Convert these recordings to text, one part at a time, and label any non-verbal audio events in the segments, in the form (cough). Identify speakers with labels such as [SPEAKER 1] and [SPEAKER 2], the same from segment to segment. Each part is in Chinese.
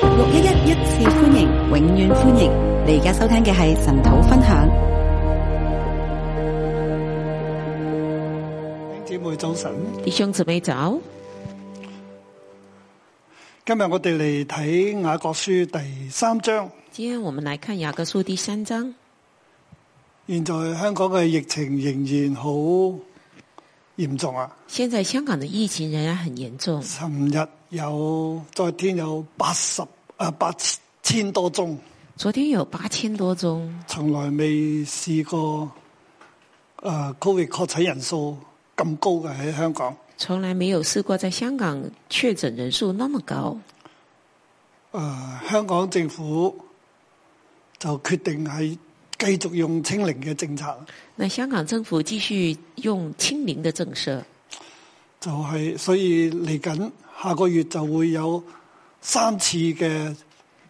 [SPEAKER 1] 六一一一次歡迎，永遠歡迎！你而家收聽嘅係神土分享。
[SPEAKER 2] 姐妹早晨，
[SPEAKER 3] 弟兄姊妹早，
[SPEAKER 2] 今日我哋嚟睇雅各書第三章。
[SPEAKER 3] 今天我們來看雅各書第三章。
[SPEAKER 2] 現在香港嘅疫情仍然好嚴重啊！
[SPEAKER 3] 現在香港的疫情仍然很嚴重，
[SPEAKER 2] 尋日有，昨天有八十啊八千多宗，
[SPEAKER 3] 昨天有八千多宗，
[SPEAKER 2] 從來未試過誒、呃、Covid 確診人數咁高嘅喺香港。
[SPEAKER 3] 從來沒有試過在香港確診人數那麼高。
[SPEAKER 2] 誒、呃，香港政府就決定係繼續用清零嘅政策，
[SPEAKER 3] 那香港政府繼續用清零的政策，
[SPEAKER 2] 就係、所以嚟緊下個月就會有三次嘅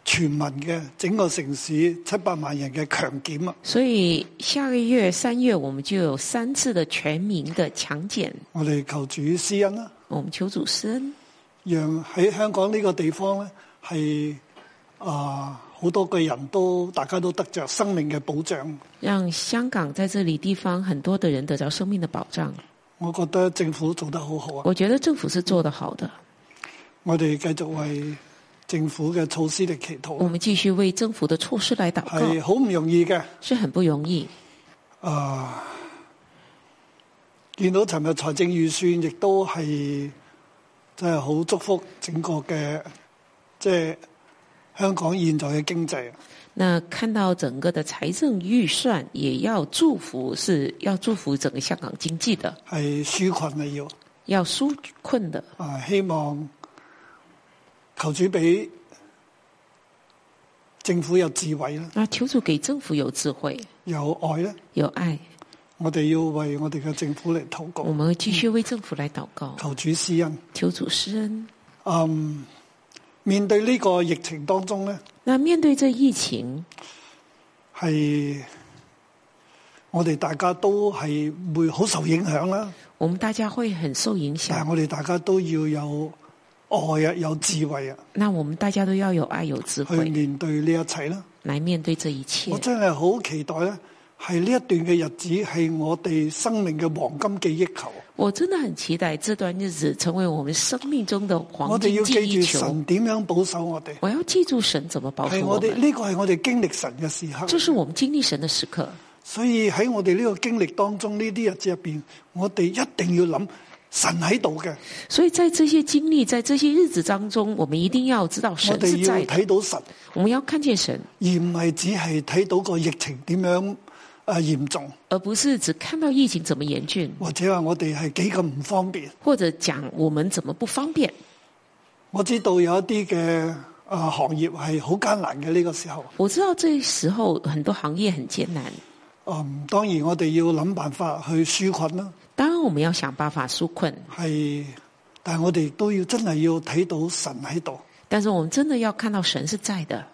[SPEAKER 2] 全民嘅整個城市七百萬人嘅強檢啊！
[SPEAKER 3] 所以下個月三月我們就有三次的全民的強檢。
[SPEAKER 2] 我哋求主施恩啦，
[SPEAKER 3] 我們求主施恩，
[SPEAKER 2] 讓喺香港呢個地方咧係啊好多嘅人都大家都得着生命嘅保障。
[SPEAKER 3] 讓香港在這裏地方很多的人得着生命的保障。
[SPEAKER 2] 我覺得政府做得好好啊！
[SPEAKER 3] 我覺得政府是做得好的，
[SPEAKER 2] 我哋繼續為政府嘅措施嚟祈禱
[SPEAKER 3] 我，們繼續為政府的措施來禱
[SPEAKER 2] 係
[SPEAKER 3] 告，
[SPEAKER 2] 好唔容易嘅。
[SPEAKER 3] 是很不容易。
[SPEAKER 2] 啊，見到尋日財政預算，亦都係真係好祝福整個嘅即係香港現在嘅經濟。
[SPEAKER 3] 那看到整個的財政預算，也要祝福，是要祝福整個香港經濟的，
[SPEAKER 2] 係紓困啊要
[SPEAKER 3] 要纾困的。
[SPEAKER 2] 啊，希望求主俾政府有智慧啦，
[SPEAKER 3] 那求主給政府有智慧、
[SPEAKER 2] 有愛啦。
[SPEAKER 3] 有愛，
[SPEAKER 2] 我哋要為我哋嘅政府嚟禱
[SPEAKER 3] 我
[SPEAKER 2] 告，
[SPEAKER 3] 們會繼續為政府來禱告，
[SPEAKER 2] 求主施恩。
[SPEAKER 3] 求主施恩。
[SPEAKER 2] 嗯，面對呢個疫情當中咧，
[SPEAKER 3] 那面對這疫情，
[SPEAKER 2] 係我哋大家都係會好受影響啦。
[SPEAKER 3] 我們大家會很受影響
[SPEAKER 2] 但係。我哋大家都要有愛啊，有智慧啊，
[SPEAKER 3] 那我們大家都要有愛、有智
[SPEAKER 2] 去
[SPEAKER 3] 慧
[SPEAKER 2] 面對呢一切啦。
[SPEAKER 3] 來面對這一切
[SPEAKER 2] 我。真係好期待咧，係呢一段嘅日子係我哋生命嘅黃金記憶球。啊
[SPEAKER 3] 我真的很期待這段日子成為我們生命中的
[SPEAKER 2] 我
[SPEAKER 3] 黃
[SPEAKER 2] 哋
[SPEAKER 3] 金
[SPEAKER 2] 要
[SPEAKER 3] 記
[SPEAKER 2] 記住
[SPEAKER 3] 憶球。
[SPEAKER 2] 神點樣保守我哋，
[SPEAKER 3] 我要記住神怎麼保
[SPEAKER 2] 係
[SPEAKER 3] 守
[SPEAKER 2] 我
[SPEAKER 3] 我
[SPEAKER 2] 哋
[SPEAKER 3] 們，
[SPEAKER 2] 呢個係我哋經歷神嘅時刻。
[SPEAKER 3] 這是我們經歷神的時刻。
[SPEAKER 2] 所以喺我哋呢個經歷當中，呢啲日子入邊，我哋一定要諗神喺度嘅，
[SPEAKER 3] 所以在這些經歷、在這些日子當中，我們一定要知道
[SPEAKER 2] 我
[SPEAKER 3] 神
[SPEAKER 2] 哋
[SPEAKER 3] 是
[SPEAKER 2] 要
[SPEAKER 3] 在的，
[SPEAKER 2] 睇到神。
[SPEAKER 3] 我們要看見神，
[SPEAKER 2] 而唔係只係睇到個疫情點樣誒嚴重，
[SPEAKER 3] 而不是只看到疫情怎麼嚴峻，
[SPEAKER 2] 或者話我哋係幾咁唔方便。
[SPEAKER 3] 或者講我們怎麼不方便。
[SPEAKER 2] 我知道有一啲嘅誒行業係好艱難嘅呢個時候。
[SPEAKER 3] 我知道這時候很多行業很艱難，
[SPEAKER 2] 嗯，當然我哋要諗辦法去紓困啦，
[SPEAKER 3] 當然我們要想辦法紓困，
[SPEAKER 2] 係，但係我哋都要真係要睇到神喺度，
[SPEAKER 3] 但是我們真的要看到神是在的，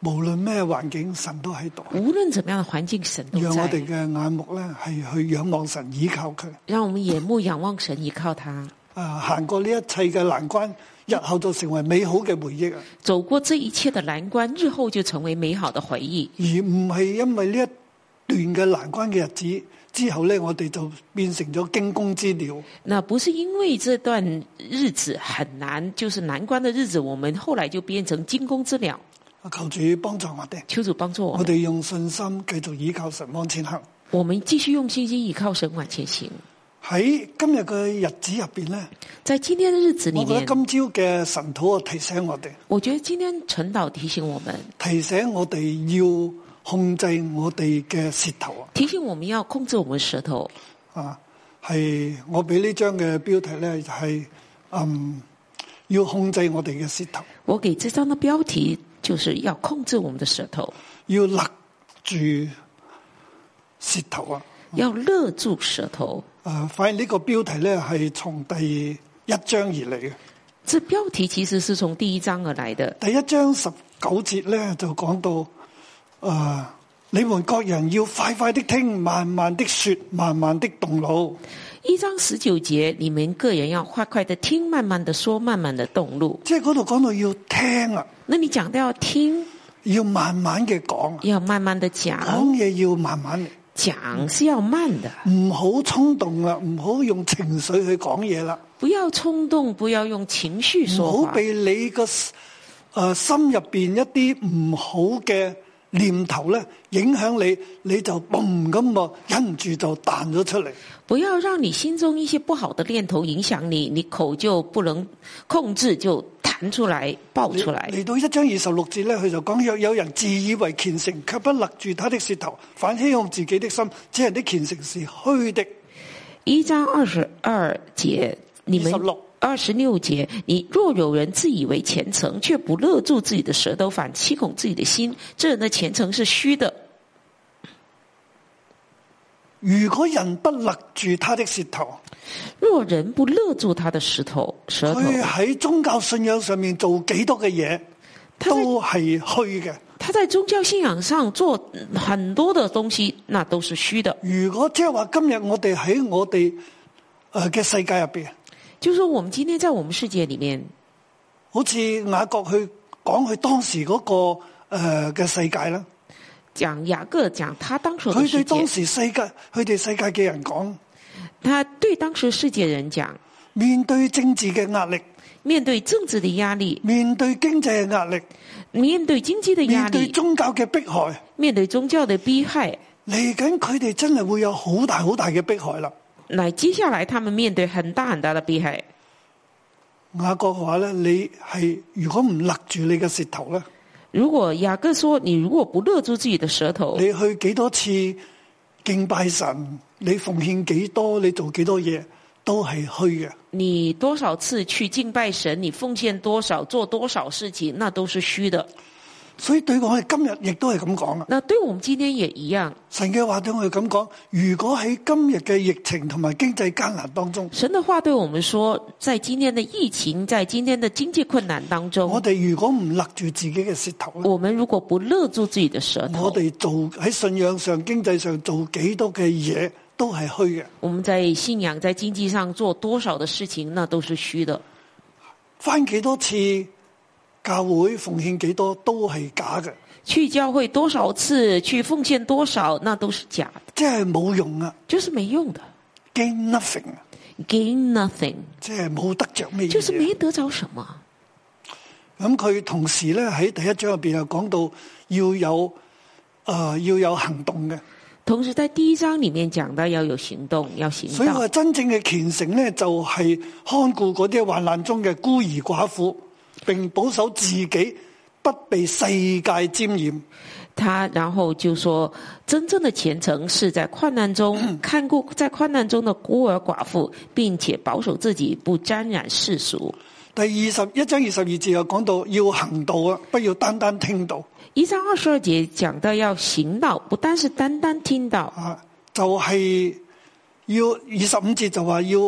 [SPEAKER 2] 無論咩環境，神都喺度。
[SPEAKER 3] 無論怎麼樣的環境，神都
[SPEAKER 2] 讓我哋
[SPEAKER 3] 在。
[SPEAKER 2] 嘅眼目咧係去仰望神，倚靠佢。
[SPEAKER 3] 讓我們眼目仰望神，依靠他，
[SPEAKER 2] 啊，行過呢一切嘅難關，日後就成為美好嘅回憶啊！
[SPEAKER 3] 走過這一切的難關，日後就成為美好的回憶。
[SPEAKER 2] 而唔係因為呢一段嘅難關嘅日子之後咧，我哋就變成咗驚弓之鳥。
[SPEAKER 3] 那不是因為這段日子很難，就是難關的日子，我們後來就變成驚弓之鳥。
[SPEAKER 2] 啊求主幫助我哋，
[SPEAKER 3] 求主幫助我
[SPEAKER 2] 我
[SPEAKER 3] 們，
[SPEAKER 2] 哋用信心繼續倚靠神往前行。
[SPEAKER 3] 我們繼續用信心依靠神往前行。
[SPEAKER 2] 喺今日嘅日子入邊咧，
[SPEAKER 3] 在今天的日子
[SPEAKER 2] 我
[SPEAKER 3] 裏
[SPEAKER 2] 覺得今
[SPEAKER 3] 面，
[SPEAKER 2] 朝嘅神土啊提醒我哋，
[SPEAKER 3] 我覺得今天陳導提醒我們，
[SPEAKER 2] 提醒我哋要控制我哋嘅舌頭啊！
[SPEAKER 3] 提醒我們要控制我們舌頭。
[SPEAKER 2] 啊，係我俾呢張嘅標題咧係嗯要控制我哋嘅舌頭，
[SPEAKER 3] 我給這章的標題就是要控制我們的舌頭，
[SPEAKER 2] 要勒住舌頭啊！
[SPEAKER 3] 要勒住舌頭。
[SPEAKER 2] 誒、反而呢個標題咧係從第一章而嚟嘅。
[SPEAKER 3] 這標題其實是從第一章而來的。
[SPEAKER 2] 第一章十九節咧就講到誒、呃你們各人要快快的聽，慢慢的說，慢慢的動怒。
[SPEAKER 3] 一章十九节，你们个人要快快的听，慢慢的说，慢慢的动怒。
[SPEAKER 2] 即係嗰度講到要聽啊，
[SPEAKER 3] 那你讲到要听，
[SPEAKER 2] 要慢慢嘅講啊，
[SPEAKER 3] 要慢慢的讲
[SPEAKER 2] 講，嘢要慢慢嚟，
[SPEAKER 3] 讲是要慢的，
[SPEAKER 2] 唔好衝動啦，唔好用情緒去講嘢啦，
[SPEAKER 3] 不要冲动，不要用情绪说
[SPEAKER 2] 唔
[SPEAKER 3] 话
[SPEAKER 2] 好，被你個诶心入边一啲唔好嘅念頭咧影響你，你就嘣咁啊忍唔住就彈咗出嚟。
[SPEAKER 3] 不要让你心中一些不好的念头影响你，你口就不能控制，就弹出来、爆出来。
[SPEAKER 2] 嚟到一章二十六節咧，佢就講：若有人自以為虔誠，卻不勒住他的舌頭，反欺哄自己的心，這人的虔誠是虛的。
[SPEAKER 3] 一章二十二节，你们
[SPEAKER 2] 26
[SPEAKER 3] 二十六节，你若有人自以为虔诚，却不勒住自己的舌头，反欺哄自己的心，这人的虔诚是虚的。
[SPEAKER 2] 如果人不勒住他的舌頭，
[SPEAKER 3] 若人不勒住他的舌头，舌头，
[SPEAKER 2] 佢喺宗教信仰上面做幾多嘅嘢，
[SPEAKER 3] 他在
[SPEAKER 2] 都係虛嘅。
[SPEAKER 3] 他在宗教信仰上做很多的东西，那都是虚的。
[SPEAKER 2] 如果即係話今日我哋喺我哋诶嘅世界入边，
[SPEAKER 3] 就是说，我们今天在我们世界里面，
[SPEAKER 2] 好似雅各去講佢當時嗰、個个呃嘅、世界啦，
[SPEAKER 3] 讲雅各讲他当时的
[SPEAKER 2] 佢對
[SPEAKER 3] 世界
[SPEAKER 2] 當，時世界佢哋世界嘅人講，
[SPEAKER 3] 他对当时世界人讲，
[SPEAKER 2] 面對政治嘅壓力。
[SPEAKER 3] 面对政治的压力，
[SPEAKER 2] 面對經濟嘅壓力，
[SPEAKER 3] 面对经济的压
[SPEAKER 2] 面對
[SPEAKER 3] 力，
[SPEAKER 2] 宗教嘅迫害，
[SPEAKER 3] 面对宗教的逼害，
[SPEAKER 2] 嚟緊佢哋真係會有好大好大嘅迫害啦。
[SPEAKER 3] 那接下来他们面对很大很大的逼害。
[SPEAKER 2] 雅各話咧，你係如果唔勒住你嘅舌頭咧，
[SPEAKER 3] 如果雅各说你如果不勒住自己的舌头，
[SPEAKER 2] 你去幾多次敬拜神，你奉獻幾多，你做幾多嘢，都係虛嘅。
[SPEAKER 3] 你多少次去敬拜神，你奉献多少，做多少事情，那都是虚的。
[SPEAKER 2] 所以對我哋今日亦都係咁講啊！
[SPEAKER 3] 那對我們今天也一樣，
[SPEAKER 2] 神嘅話對我哋咁講：如果喺今日嘅疫情同埋經濟艱難當中，
[SPEAKER 3] 神的话对我们说，在今天的疫情，在今天的经济困难当
[SPEAKER 2] 我
[SPEAKER 3] 中，
[SPEAKER 2] 哋如果唔勒住自己嘅舌頭咧，
[SPEAKER 3] 我们如果不勒住自己的舌头
[SPEAKER 2] 我，哋做喺信仰上、經濟上做幾多嘅嘢都係虛嘅，
[SPEAKER 3] 我们在信仰、在经济上做多少的事情，那都是虚的。
[SPEAKER 2] 翻幾多次教會奉獻幾多都係假嘅，
[SPEAKER 3] 去教会多少次，去奉献多少，那都是假的，
[SPEAKER 2] 即係冇用啊
[SPEAKER 3] 就是没用的
[SPEAKER 2] ，gain nothing 啊，
[SPEAKER 3] ，gain nothing，
[SPEAKER 2] 即係冇得着咩
[SPEAKER 3] 就是
[SPEAKER 2] 嘢。
[SPEAKER 3] 没得着什么。
[SPEAKER 2] 咁佢同時咧喺第一章入邊又講到要有誒、呃要有行動嘅，
[SPEAKER 3] 同时，在第一章里面讲到要有行动，要行
[SPEAKER 2] 所以
[SPEAKER 3] 道
[SPEAKER 2] 話。真正嘅虔誠咧就係、看顧嗰啲患難中嘅孤兒寡婦，並保守自己不被世界沾染。
[SPEAKER 3] 他然后就说，真正的虔诚是在患难中看顾，在患难中的孤儿寡妇，并且保守自己不沾染世俗。
[SPEAKER 2] 第二十一章二十二節又講到要行道啊，不要單單聽到
[SPEAKER 3] 一章二十二节讲到要行道，不单是单单听到，
[SPEAKER 2] 啊，就係要二十五節就話要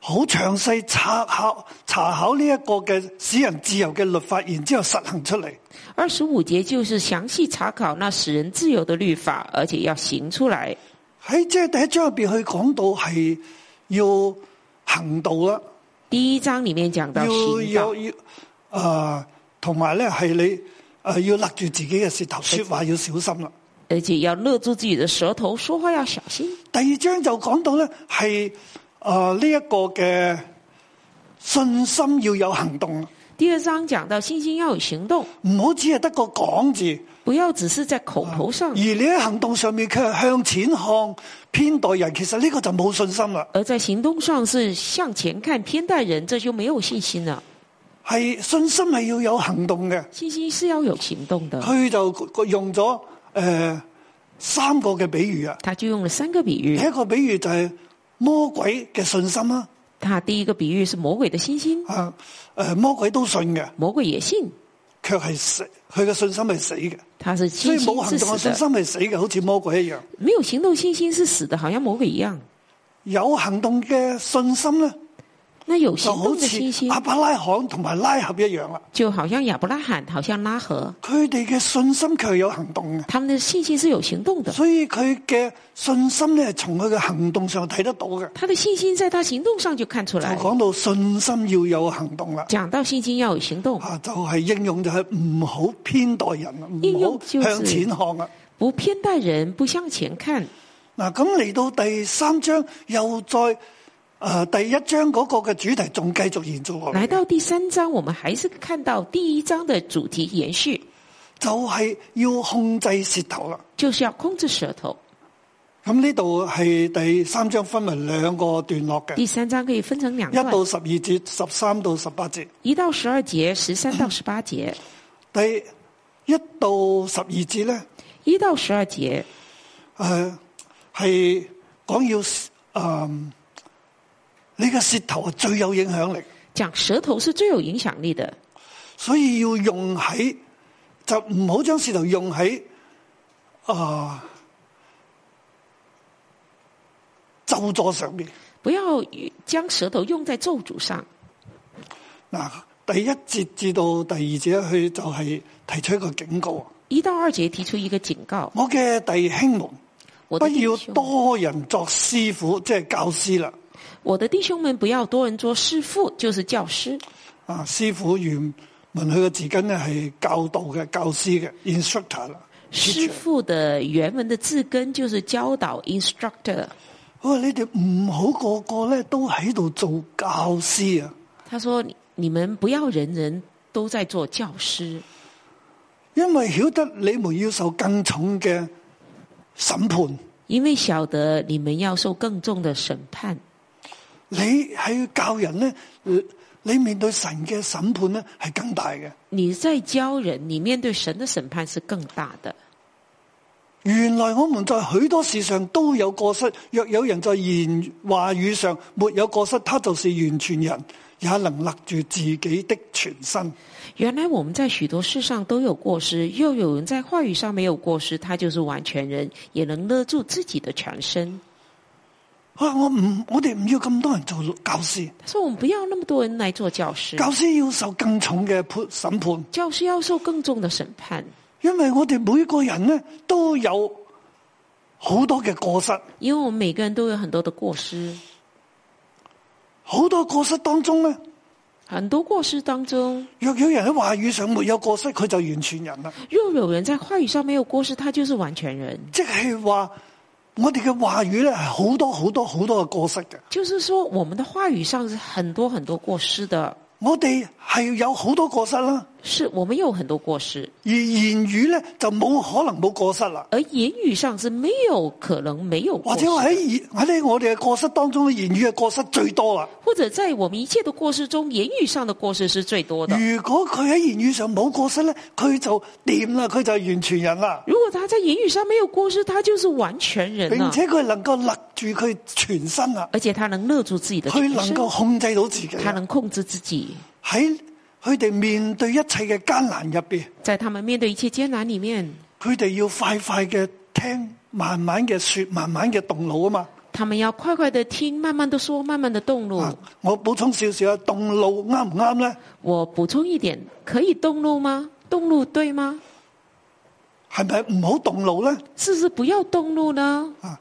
[SPEAKER 2] 好詳細查考查考呢一個嘅使人自由嘅律法，然之後實行出嚟。
[SPEAKER 3] 二十五节就是详细查考那使人自由的律法，而且要行出来。
[SPEAKER 2] 喺即係第一章入邊去講到係要行道啦，
[SPEAKER 3] 第一章里面讲到
[SPEAKER 2] 要
[SPEAKER 3] 行
[SPEAKER 2] 要，
[SPEAKER 3] 道
[SPEAKER 2] 要啊，同埋咧係你。誒、要勒住自己嘅舌頭，説話要小心啦。
[SPEAKER 3] 而且要勒住自己的舌头，说话要小心。
[SPEAKER 2] 第二章就講到咧係啊呢一個嘅信心要有行動啦，
[SPEAKER 3] 第二章讲到信心要有行动，
[SPEAKER 2] 唔好只係得個講字，
[SPEAKER 3] 不要只是在口头上
[SPEAKER 2] 而你喺行動上面卻係向前看偏待人，其實呢個就冇信心啦。
[SPEAKER 3] 而在行动上是向前看、偏待人，这就没有信心了。
[SPEAKER 2] 係信心係要有行動嘅，
[SPEAKER 3] 信心是要有行动的。
[SPEAKER 2] 佢就用咗诶、呃三個嘅比喻啊。
[SPEAKER 3] 他就用了三个比
[SPEAKER 2] 第
[SPEAKER 3] 喻，
[SPEAKER 2] 一個比喻就係魔鬼嘅信心啦，
[SPEAKER 3] 他第一个比喻是魔鬼的信心，
[SPEAKER 2] 啊诶、呃魔鬼都信嘅，
[SPEAKER 3] 魔鬼也信，
[SPEAKER 2] 卻係死，佢嘅信心係死嘅。
[SPEAKER 3] 他是
[SPEAKER 2] 所以
[SPEAKER 3] 信
[SPEAKER 2] 冇行
[SPEAKER 3] 心是
[SPEAKER 2] 動嘅信
[SPEAKER 3] 死的，
[SPEAKER 2] 心係死嘅，好似魔鬼一樣。
[SPEAKER 3] 没有行动信心是死的，好像魔鬼一样。
[SPEAKER 2] 有行動嘅信心咧，
[SPEAKER 3] 那有行
[SPEAKER 2] 就好啊
[SPEAKER 3] 动的
[SPEAKER 2] 似
[SPEAKER 3] 信心，
[SPEAKER 2] 亞伯拉罕同埋拉合一樣啦。
[SPEAKER 3] 就好像亚伯拉罕，好像拉合，
[SPEAKER 2] 佢哋嘅信心佢係有行動嘅，
[SPEAKER 3] 他们的信心是有行動的。
[SPEAKER 2] 所以佢嘅信心咧，從佢嘅行動上睇得到嘅。
[SPEAKER 3] 他的信心在他行動上就看出
[SPEAKER 2] 就
[SPEAKER 3] 來。
[SPEAKER 2] 講到信心要有行動啦，
[SPEAKER 3] 講到信心要有行動，
[SPEAKER 2] 啊，就係應用就係唔好偏待人啦，
[SPEAKER 3] 應
[SPEAKER 2] 唔
[SPEAKER 3] 用
[SPEAKER 2] 好
[SPEAKER 3] 就是
[SPEAKER 2] 向錢看啊。
[SPEAKER 3] 不偏待人，不向前看。
[SPEAKER 2] 嗱，咁嚟到第三章，又再诶、呃第一章嗰個嘅主題仲繼續延續落
[SPEAKER 3] 來
[SPEAKER 2] 嚟，
[SPEAKER 3] 到第三章，我們還是看到第一章的主題延續，
[SPEAKER 2] 就係要控制舌頭啦。
[SPEAKER 3] 就是要控制舌頭。
[SPEAKER 2] 咁呢度係第三章分為兩個段落嘅，
[SPEAKER 3] 第三章可以分成兩
[SPEAKER 2] 一到
[SPEAKER 3] 段，
[SPEAKER 2] 十二節，十三到十八節。
[SPEAKER 3] 一到十二節，十三到十八節。
[SPEAKER 2] 第一到十二節咧，
[SPEAKER 3] 一到十二節
[SPEAKER 2] 诶係講要诶、嗯你嘅舌頭係最有影響力，
[SPEAKER 3] 講舌頭是最有影響力的，
[SPEAKER 2] 所以要用喺就唔好將舌頭用喺啊、咒詛上面。
[SPEAKER 3] 不要將舌頭用在咒詛上。
[SPEAKER 2] 嗱，第一節至到第二節咧，佢就係提出一個警告：
[SPEAKER 3] 一到二節提出一個警告：
[SPEAKER 2] 我嘅弟兄們，
[SPEAKER 3] 我
[SPEAKER 2] 不
[SPEAKER 3] 的弟
[SPEAKER 2] 要
[SPEAKER 3] 兄，
[SPEAKER 2] 多人作師傅，即係教師啦。
[SPEAKER 3] 我的弟兄們不要多人做師傅，就是教師。
[SPEAKER 2] 啊，師傅原文佢嘅字根咧係教導嘅、教師嘅 instructor 啦。
[SPEAKER 3] 師
[SPEAKER 2] teacher
[SPEAKER 3] 傅的原文的字根就是教導 （instructor）。
[SPEAKER 2] 佢話：你哋唔好個個咧都喺度做教師啊，
[SPEAKER 3] 他說：“你們不要人人都在做教師，
[SPEAKER 2] 因為曉得你們要受更重嘅審判。
[SPEAKER 3] 因為曉得你們要受更重的審判。
[SPEAKER 2] 你喺教人咧，你你面對神嘅審判咧係更大嘅。
[SPEAKER 3] 你在教人，你面對神的審判是更大的。
[SPEAKER 2] 原來我們在許多事上都有過失，若有人在言話語上沒有過失，他就是完全人，也能勒住自己的全身。
[SPEAKER 3] 原來我們在許多事上都有過失，又有人在話語上沒有過失，他就是完全人，也能勒住自己的全身。”
[SPEAKER 2] 啊！我唔，我哋唔要咁多人做教師，
[SPEAKER 3] 他說：“我們不要那麼多人來做教師，
[SPEAKER 2] 教師要受更重嘅判審判，
[SPEAKER 3] 教師要受更重的審判，
[SPEAKER 2] 因為我哋每個人呢都有好多嘅過失，
[SPEAKER 3] 因為我們每個人都有很多的過失。”
[SPEAKER 2] 好多過失當中呢，
[SPEAKER 3] 很多過失當中，
[SPEAKER 2] 若有人喺話語上沒有過失，佢就完全人啦。
[SPEAKER 3] 若有人在話語上沒有過失，他就是完全人。
[SPEAKER 2] 即係話我哋嘅話語呢係好多好多好多嘅過失嘅，
[SPEAKER 3] 就是說，我們的話語上是很多很多過失的，
[SPEAKER 2] 我哋係有好多過失啦，
[SPEAKER 3] 是我們有很多過失，
[SPEAKER 2] 而言語呢就冇可能冇過失啦。
[SPEAKER 3] 而言語上是沒有可能沒有
[SPEAKER 2] 或
[SPEAKER 3] 過失
[SPEAKER 2] 者話喺
[SPEAKER 3] 的，
[SPEAKER 2] 言喺我哋嘅過失當中，言語嘅過失最多啊啦。
[SPEAKER 3] 或者在我們一切的過失中，言語上的過失是最多的。
[SPEAKER 2] 如果佢喺言語上冇過失咧，佢就掂啦，佢就係完全人啦，
[SPEAKER 3] 如果他在言語上沒有過失，他就是完全人
[SPEAKER 2] 並
[SPEAKER 3] 了，
[SPEAKER 2] 且佢能夠勒住佢全身啦，
[SPEAKER 3] 而且他能勒住自己的
[SPEAKER 2] 佢
[SPEAKER 3] 全
[SPEAKER 2] 能
[SPEAKER 3] 身，
[SPEAKER 2] 夠控制到自己
[SPEAKER 3] 他
[SPEAKER 2] 啦。
[SPEAKER 3] 能控制自己。
[SPEAKER 2] 喺佢哋面對一切嘅艱難入邊，
[SPEAKER 3] 在他們面對一切艱難裡面，
[SPEAKER 2] 佢哋要快快嘅聽，慢慢嘅説，慢慢嘅動腦啊嘛。
[SPEAKER 3] 他們要快快的聽，慢慢的說，慢慢的動怒。
[SPEAKER 2] 啊我補充少少啊，動腦啱唔啱呢？
[SPEAKER 3] 我補充一點，可以動怒嗎？動怒對嗎？
[SPEAKER 2] 係咪唔好動腦呢？
[SPEAKER 3] 是不是不要動怒呢？
[SPEAKER 2] 啊，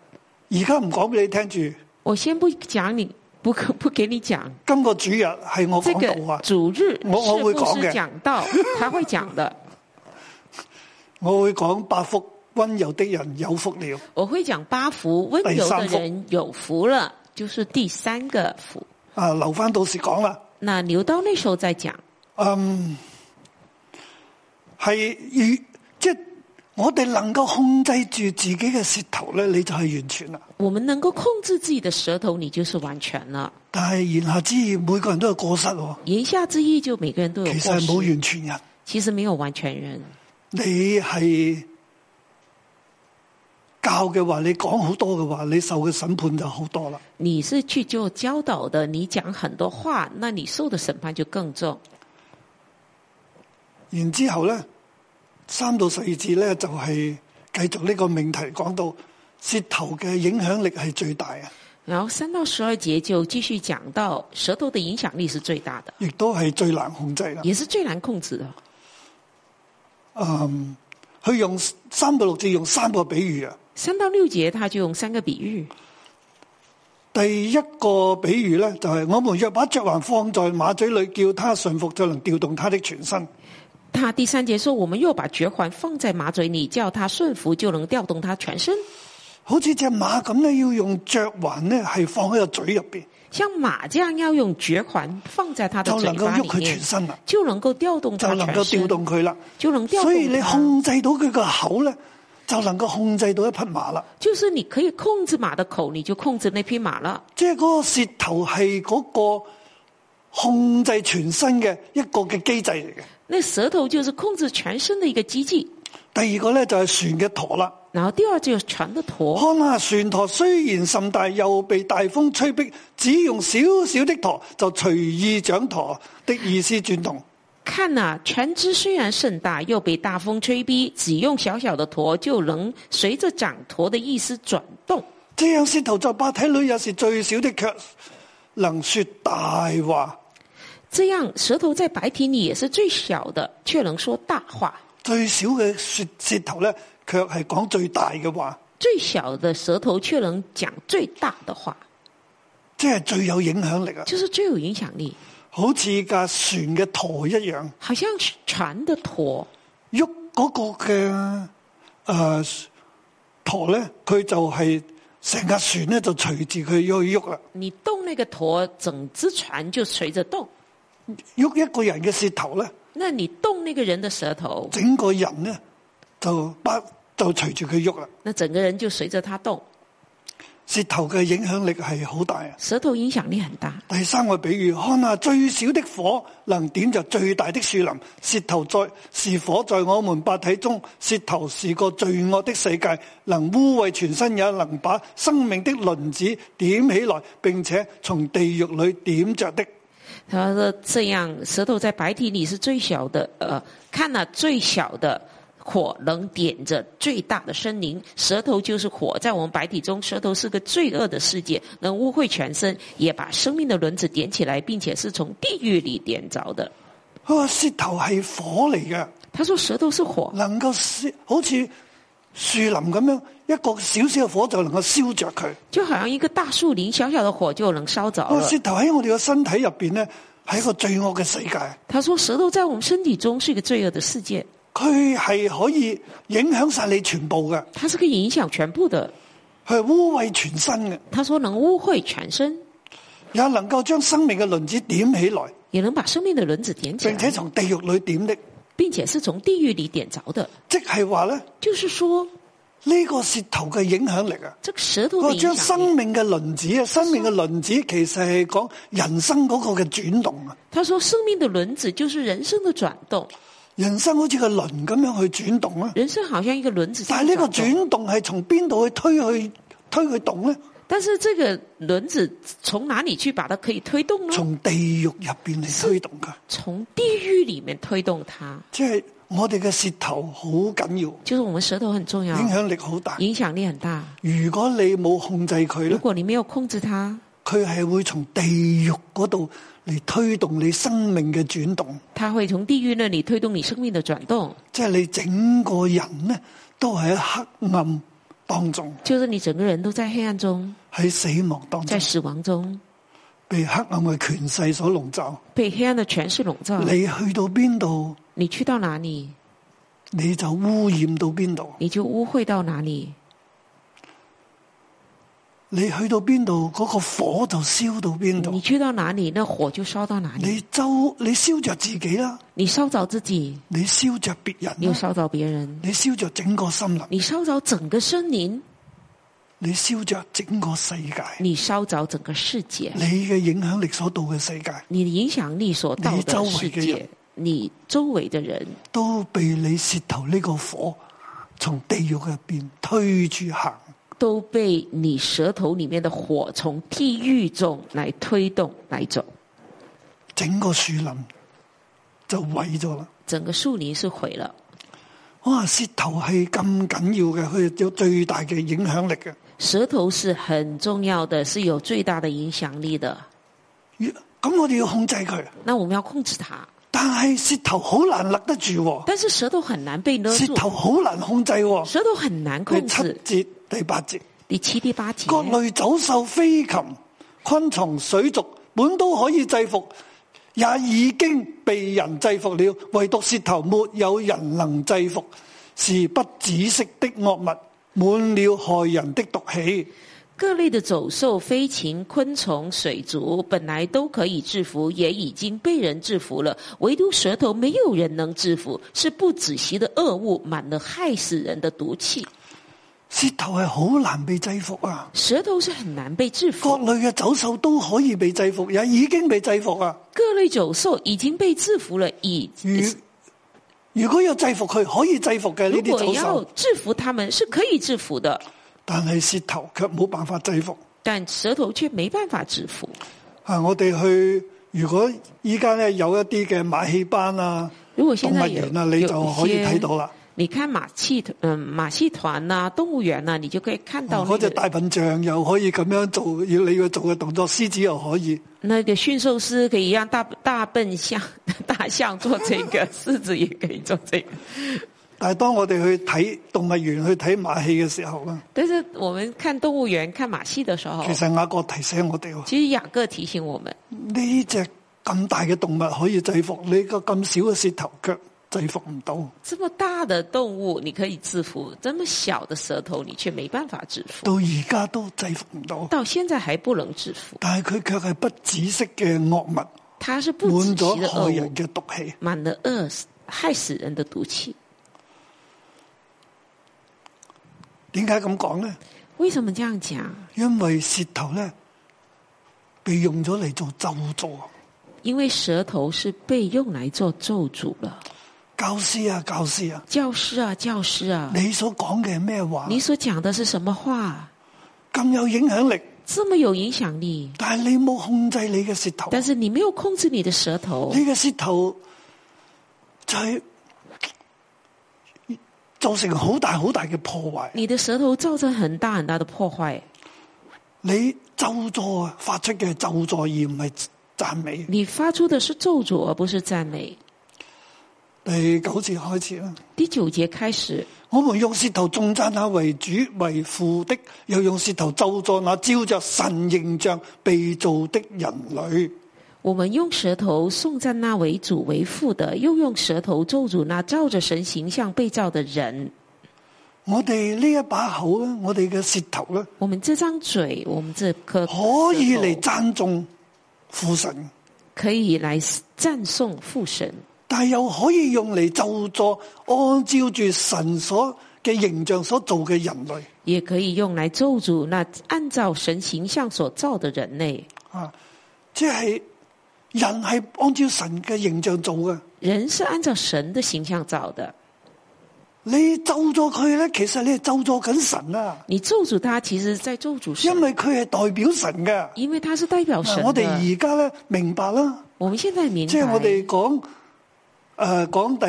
[SPEAKER 2] 而家唔講俾你聽住，
[SPEAKER 3] 我先不講你，不不給你講。
[SPEAKER 2] 今個主日係我
[SPEAKER 3] 這
[SPEAKER 2] 講道
[SPEAKER 3] 個
[SPEAKER 2] 啊，
[SPEAKER 3] 主日是
[SPEAKER 2] 我我會
[SPEAKER 3] 牧
[SPEAKER 2] 講
[SPEAKER 3] 師
[SPEAKER 2] 嘅
[SPEAKER 3] 講到，他會講
[SPEAKER 2] (laughs)
[SPEAKER 3] 的。
[SPEAKER 2] 我會講八福温柔的人有福了。
[SPEAKER 3] 我會講八福，溫柔的
[SPEAKER 2] 第三
[SPEAKER 3] 人有福了，就是第三個福。
[SPEAKER 2] 啊，留翻到時講啦。
[SPEAKER 3] 那留到那時候再講。
[SPEAKER 2] 嗯，係如即係我哋能夠控制住自己嘅舌頭咧，你就係完全啦。
[SPEAKER 3] 我們能夠控制自己的舌頭，你就是完全了。
[SPEAKER 2] 但係言下之意，每個人都有過失喎，
[SPEAKER 3] 言下之意，就每個人都有
[SPEAKER 2] 其
[SPEAKER 3] 過
[SPEAKER 2] 實係冇
[SPEAKER 3] 失，
[SPEAKER 2] 完全人。
[SPEAKER 3] 其實沒有完全人。
[SPEAKER 2] 你係教嘅話，你講好多嘅話，你受嘅審判就好多啦。
[SPEAKER 3] 你是去做教導的，你講很多話，那你受的審判就更重。
[SPEAKER 2] 然之後咧，三到四節咧就係、繼續呢個命題講到舌頭嘅影響力係最大啊。
[SPEAKER 3] 然后三到十二节就继续讲到舌头的影响力是最大的，
[SPEAKER 2] 亦都係最難控制啦。
[SPEAKER 3] 也是最难控制的。
[SPEAKER 2] 嗯，佢用三到六節用三個比喻啊。
[SPEAKER 3] 三到六节他就用三个比喻，
[SPEAKER 2] 第一個比喻咧，就係我們若把嚼環放在馬嘴裏，叫它順服，就能調動它的全身。
[SPEAKER 3] 他第三节说：“我们又把绝环放在马嘴里，叫它顺服，就能调动它全身。
[SPEAKER 2] 好似只馬咁咧，要用嚼環咧係放喺個嘴入邊，
[SPEAKER 3] 像马这样要用绝环放在它的
[SPEAKER 2] 就
[SPEAKER 3] 嘴
[SPEAKER 2] 能夠
[SPEAKER 3] 巴
[SPEAKER 2] 喐
[SPEAKER 3] 里
[SPEAKER 2] 佢全
[SPEAKER 3] 面，
[SPEAKER 2] 身啦，
[SPEAKER 3] 就能够调动
[SPEAKER 2] 就
[SPEAKER 3] 它
[SPEAKER 2] 能
[SPEAKER 3] 全
[SPEAKER 2] 夠調
[SPEAKER 3] 身，
[SPEAKER 2] 動佢啦。
[SPEAKER 3] 就能调
[SPEAKER 2] 所以
[SPEAKER 3] 动
[SPEAKER 2] 你
[SPEAKER 3] 它。
[SPEAKER 2] 控制到佢個口咧，就能夠控制到一匹馬啦。
[SPEAKER 3] 就是你可以控制马的口，你就控制那匹马了。
[SPEAKER 2] 即係嗰個舌頭係嗰個控制全身嘅一個嘅機制嚟嘅。
[SPEAKER 3] 那舌头就是控制全身的一个机器。
[SPEAKER 2] 第二個咧就係船嘅舵啦。
[SPEAKER 3] 然后第二就是船的舵，
[SPEAKER 2] 看下船舵雖然甚大，又被大風吹逼，只用小小的舵就隨意掌舵的意思轉動。
[SPEAKER 3] 看呐、船只虽然甚大，又被大风吹逼，只用小小的舵就能随着掌舵的意思转动。
[SPEAKER 2] 這樣舌頭在百體裏有時最小的卻能說大話，
[SPEAKER 3] 这样，舌头在白体里也是最小的，却能说大话。
[SPEAKER 2] 最小嘅舌舌頭咧，卻係講最大嘅話，
[SPEAKER 3] 最小的舌头却能讲最大的话，
[SPEAKER 2] 即係最有影響力啊！
[SPEAKER 3] 就是最有影响力。
[SPEAKER 2] 好似架船嘅舵一樣。
[SPEAKER 3] 好像船的舵，
[SPEAKER 2] 喐嗰個嘅誒舵咧，佢就係成架船咧就隨住佢去喐啦。
[SPEAKER 3] 你动那个舵，整只船就随着动；
[SPEAKER 2] 喐一個人嘅舌頭咧，
[SPEAKER 3] 那你动那个人的舌头，
[SPEAKER 2] 整個人咧就不就隨住佢喐啦。
[SPEAKER 3] 那整个人就随着他动。
[SPEAKER 2] 舌頭嘅影響力係好大啊！
[SPEAKER 3] 舌头影响力很大。
[SPEAKER 2] 第三個比喻，看下最小的火能點着最大的樹林。舌頭在是火在我們百體中，舌頭是個罪惡的世界，能污穢全身，也能把生命的輪子點起來，並且從地獄裏點着的。
[SPEAKER 3] 他说这样，舌头在白体里是最小的，呃，看了、最小的火能点着最大的森林，舌头就是火，在我们白体中，舌头是个罪恶的世界，能污秽全身，也把生命的轮子点起来，并且是从地狱里点着的。
[SPEAKER 2] 佢話舌頭係火嚟嘅，
[SPEAKER 3] 他说舌头是火，
[SPEAKER 2] 能夠燒好似樹林咁樣，一個小小嘅火就能夠燒着佢。
[SPEAKER 3] 就好像一个大树林，小小的火就能烧着
[SPEAKER 2] 佢話
[SPEAKER 3] 了
[SPEAKER 2] 舌。頭喺我哋嘅身體入邊呢，係一個罪惡嘅世界。
[SPEAKER 3] 他说舌头在我们身体中是一个罪恶的世界，
[SPEAKER 2] 佢係可以影響晒你全部嘅，
[SPEAKER 3] 它是可以影响全部的。
[SPEAKER 2] 佢係污穢全身嘅，
[SPEAKER 3] 他说能污秽全身，
[SPEAKER 2] 也能夠將生命嘅輪子點起來，
[SPEAKER 3] 也能把生命的轮子点起
[SPEAKER 2] 並
[SPEAKER 3] 来
[SPEAKER 2] 且。從地獄裏點的，
[SPEAKER 3] 并且是从地狱里点着的，
[SPEAKER 2] 即係話咧
[SPEAKER 3] 就是说
[SPEAKER 2] 呢個舌頭嘅影響力啊！
[SPEAKER 3] 哦这个舌头
[SPEAKER 2] 佢
[SPEAKER 3] 的
[SPEAKER 2] 話
[SPEAKER 3] 影
[SPEAKER 2] 將
[SPEAKER 3] 响力。
[SPEAKER 2] 生命嘅輪子啊，生命嘅輪子其實係講人生嗰個嘅轉動啊，
[SPEAKER 3] 他说，生命的轮子就是人生的转动，
[SPEAKER 2] 人生好似個輪咁樣去轉動啊。
[SPEAKER 3] 人生好像一个轮子这
[SPEAKER 2] 但
[SPEAKER 3] 样
[SPEAKER 2] 係呢
[SPEAKER 3] 转
[SPEAKER 2] 個
[SPEAKER 3] 动。
[SPEAKER 2] 轉動係從邊度去推去推佢動咧？
[SPEAKER 3] 但是这个轮子从哪里去把它可以推动呢？从
[SPEAKER 2] 從地獄入邊嚟推動噶，
[SPEAKER 3] 地狱里面推动它，
[SPEAKER 2] 即係我哋嘅舌頭好緊要。
[SPEAKER 3] 就是我们舌头很重要，
[SPEAKER 2] 影響力好大。
[SPEAKER 3] 影响力很大。
[SPEAKER 2] 如果你冇控制佢
[SPEAKER 3] 如
[SPEAKER 2] 咧，
[SPEAKER 3] 果你没有控制它，
[SPEAKER 2] 佢係會從地獄嗰度嚟推動你生命嘅轉動，
[SPEAKER 3] 它会从地狱那里推动你生命的转动，
[SPEAKER 2] 即係你整個人呢都喺黑暗當中，
[SPEAKER 3] 就是你整个人都在黑暗中，
[SPEAKER 2] 喺死亡當
[SPEAKER 3] 在
[SPEAKER 2] 中，
[SPEAKER 3] 死亡中
[SPEAKER 2] 被黑暗嘅權勢所籠罩。
[SPEAKER 3] 被黑暗的权势笼罩。
[SPEAKER 2] 你去到邊度，
[SPEAKER 3] 你去到哪里，
[SPEAKER 2] 你就污染到邊度；
[SPEAKER 3] 你就污秽到哪里。
[SPEAKER 2] 你去到邊度，嗰、個火就燒到邊
[SPEAKER 3] 你
[SPEAKER 2] 度。
[SPEAKER 3] 去到哪里，那火就烧到哪里。
[SPEAKER 2] 你周你燒着自己啦，
[SPEAKER 3] 你烧着自己，
[SPEAKER 2] 你燒着別
[SPEAKER 3] 你
[SPEAKER 2] 人
[SPEAKER 3] 又
[SPEAKER 2] 啦，
[SPEAKER 3] 烧着别人，
[SPEAKER 2] 你燒着整個森林，
[SPEAKER 3] 你烧着整个森林，
[SPEAKER 2] 你燒着整個世界。
[SPEAKER 3] 你烧着整个世界，
[SPEAKER 2] 你嘅影響力所到嘅世界，
[SPEAKER 3] 你的影响力所到的世
[SPEAKER 2] 你周围的
[SPEAKER 3] 界
[SPEAKER 2] 人，
[SPEAKER 3] 你周围的人
[SPEAKER 2] 都被你舌頭呢個火從地獄入邊推住行。
[SPEAKER 3] 都被你舌头里面的火从地狱中来推动来走，
[SPEAKER 2] 整個樹林就毀咗啦。
[SPEAKER 3] 整个树林是毁了。
[SPEAKER 2] 哇！舌頭係咁緊要嘅，佢有最大嘅影響力嘅。
[SPEAKER 3] 舌头是很重要的，是有最大的影响力的。
[SPEAKER 2] 如咁我哋要控制佢，
[SPEAKER 3] 那我们要控制它，
[SPEAKER 2] 但系舌頭好難勒得住喎，
[SPEAKER 3] 但是舌头很难被勒
[SPEAKER 2] 舌
[SPEAKER 3] 住，
[SPEAKER 2] 頭好難控制喎。
[SPEAKER 3] 舌头很难控
[SPEAKER 2] 第七
[SPEAKER 3] 制。
[SPEAKER 2] 節第八節，
[SPEAKER 3] 第七、第八节，
[SPEAKER 2] 各類走獸、飛禽、昆蟲、水族，本都可以制服，也已經被人制服了，唯獨舌頭沒有人能制服，是不止息的惡物，滿了害人的毒氣。
[SPEAKER 3] 各类的走兽、飞禽、昆虫、水族本来都可以制服，也已经被人制服了，唯独舌头没有人能制服，是不止息的恶物，满了害死人的毒气。
[SPEAKER 2] 舌頭係好難被制服啊！
[SPEAKER 3] 舌头是很难被制
[SPEAKER 2] 各
[SPEAKER 3] 服，
[SPEAKER 2] 類嘅走獸都可以被制服，也已經被制服啊！
[SPEAKER 3] 各类走兽已经被制服了，已
[SPEAKER 2] 如如果要制服佢，可以制服嘅呢
[SPEAKER 3] 如
[SPEAKER 2] 啲
[SPEAKER 3] 果
[SPEAKER 2] 走
[SPEAKER 3] 要
[SPEAKER 2] 獸，
[SPEAKER 3] 制服他们是可以制服的，
[SPEAKER 2] 但係舌頭卻冇辦法制服。
[SPEAKER 3] 但舌头却没办法制服。
[SPEAKER 2] 啊，我哋去如果依家咧有一啲嘅馬戲班啊、
[SPEAKER 3] 如果
[SPEAKER 2] 動
[SPEAKER 3] 现
[SPEAKER 2] 物
[SPEAKER 3] 在有
[SPEAKER 2] 園啊，你就
[SPEAKER 3] 有
[SPEAKER 2] 可以
[SPEAKER 3] 一
[SPEAKER 2] 睇
[SPEAKER 3] 些
[SPEAKER 2] 到啦。
[SPEAKER 3] 你看马戏，嗯，马戏团呐、动物园呐、啊你就可以看到
[SPEAKER 2] 啊嗰
[SPEAKER 3] 那
[SPEAKER 2] 只
[SPEAKER 3] 个、
[SPEAKER 2] 大笨象又可以咁樣做，要你要做嘅動作，獅子又可以。
[SPEAKER 3] 那个驯兽师可以让大大笨象、 (laughs) 大象做这个，狮子也可以做这个。
[SPEAKER 2] 但係當我哋去睇動物園、去睇馬戲嘅時候咧，
[SPEAKER 3] 但是我们看动物园、看马戏的时候，
[SPEAKER 2] 其實雅各提醒我哋喎，
[SPEAKER 3] 其实雅各提醒我们，
[SPEAKER 2] 呢只咁大嘅動物可以制服，你個咁少嘅舌頭卻制服唔到。
[SPEAKER 3] 这么大的动物你可以制服，这么小的舌头你却没办法制服，
[SPEAKER 2] 到而家都制服唔到，
[SPEAKER 3] 到现在还不能制服，
[SPEAKER 2] 但係佢卻係不止息嘅惡物，
[SPEAKER 3] 它是不
[SPEAKER 2] 滿
[SPEAKER 3] 止息
[SPEAKER 2] 咗
[SPEAKER 3] 的恶
[SPEAKER 2] 害
[SPEAKER 3] 物
[SPEAKER 2] 人，嘅毒氣。
[SPEAKER 3] 满了恶害死人的毒气。
[SPEAKER 2] 點解咁講呢？
[SPEAKER 3] 为什么这样讲？
[SPEAKER 2] 因為舌頭咧被用咗嚟做咒詛。
[SPEAKER 3] 因为舌头是被用来做咒诅了。
[SPEAKER 2] 教師啊，教師啊，
[SPEAKER 3] 教师啊，教师啊，
[SPEAKER 2] 你所講嘅係咩話？
[SPEAKER 3] 你所讲的是什么话？
[SPEAKER 2] 咁有影響力，
[SPEAKER 3] 这么有影响力，
[SPEAKER 2] 但係你冇控制你嘅舌頭。
[SPEAKER 3] 但是你没有控制你的舌头
[SPEAKER 2] 你，嘅舌頭就係造成好大好大嘅破壞。
[SPEAKER 3] 你的舌头造成很大很大的破坏。
[SPEAKER 2] 你咒詛啊，發出嘅係咒詛而唔係讚美。
[SPEAKER 3] 你发出的是咒诅，而不是赞美。
[SPEAKER 2] 第九節開始啦。
[SPEAKER 3] 第九节开始，
[SPEAKER 2] 我们用舌头重赞那为主为父的，又用舌头咒助那照着神形象被造的人类。
[SPEAKER 3] 我们用舌头颂赞那为主为父的，又用舌头咒诅那照着神形象被造的人。
[SPEAKER 2] 我哋呢一把口咧，我哋嘅舌头咧，
[SPEAKER 3] 我们这张嘴，我们这颗
[SPEAKER 2] 可以
[SPEAKER 3] 舌头
[SPEAKER 2] 嚟赞颂父神，
[SPEAKER 3] 可以来赞颂父神，
[SPEAKER 2] 但系又可以用嚟咒助按照住神所嘅形象所做嘅人类
[SPEAKER 3] 也可以用来咒诅那按照神形象所造的人类。
[SPEAKER 2] 啊！即系人系按照神嘅形象做嘅，
[SPEAKER 3] 人是按照神的形象造的，
[SPEAKER 2] 你咒咗佢咧，其实你系咒咗紧神啊！
[SPEAKER 3] 你咒诅他，其实在咒诅神
[SPEAKER 2] 因，为佢系代表神嘅。
[SPEAKER 3] 因为他是代表神
[SPEAKER 2] 嗯嗱我哋
[SPEAKER 3] 的。
[SPEAKER 2] 而家咧明白啦，
[SPEAKER 3] 我们现在明
[SPEAKER 2] 即系我
[SPEAKER 3] 白，
[SPEAKER 2] 哋講诶讲第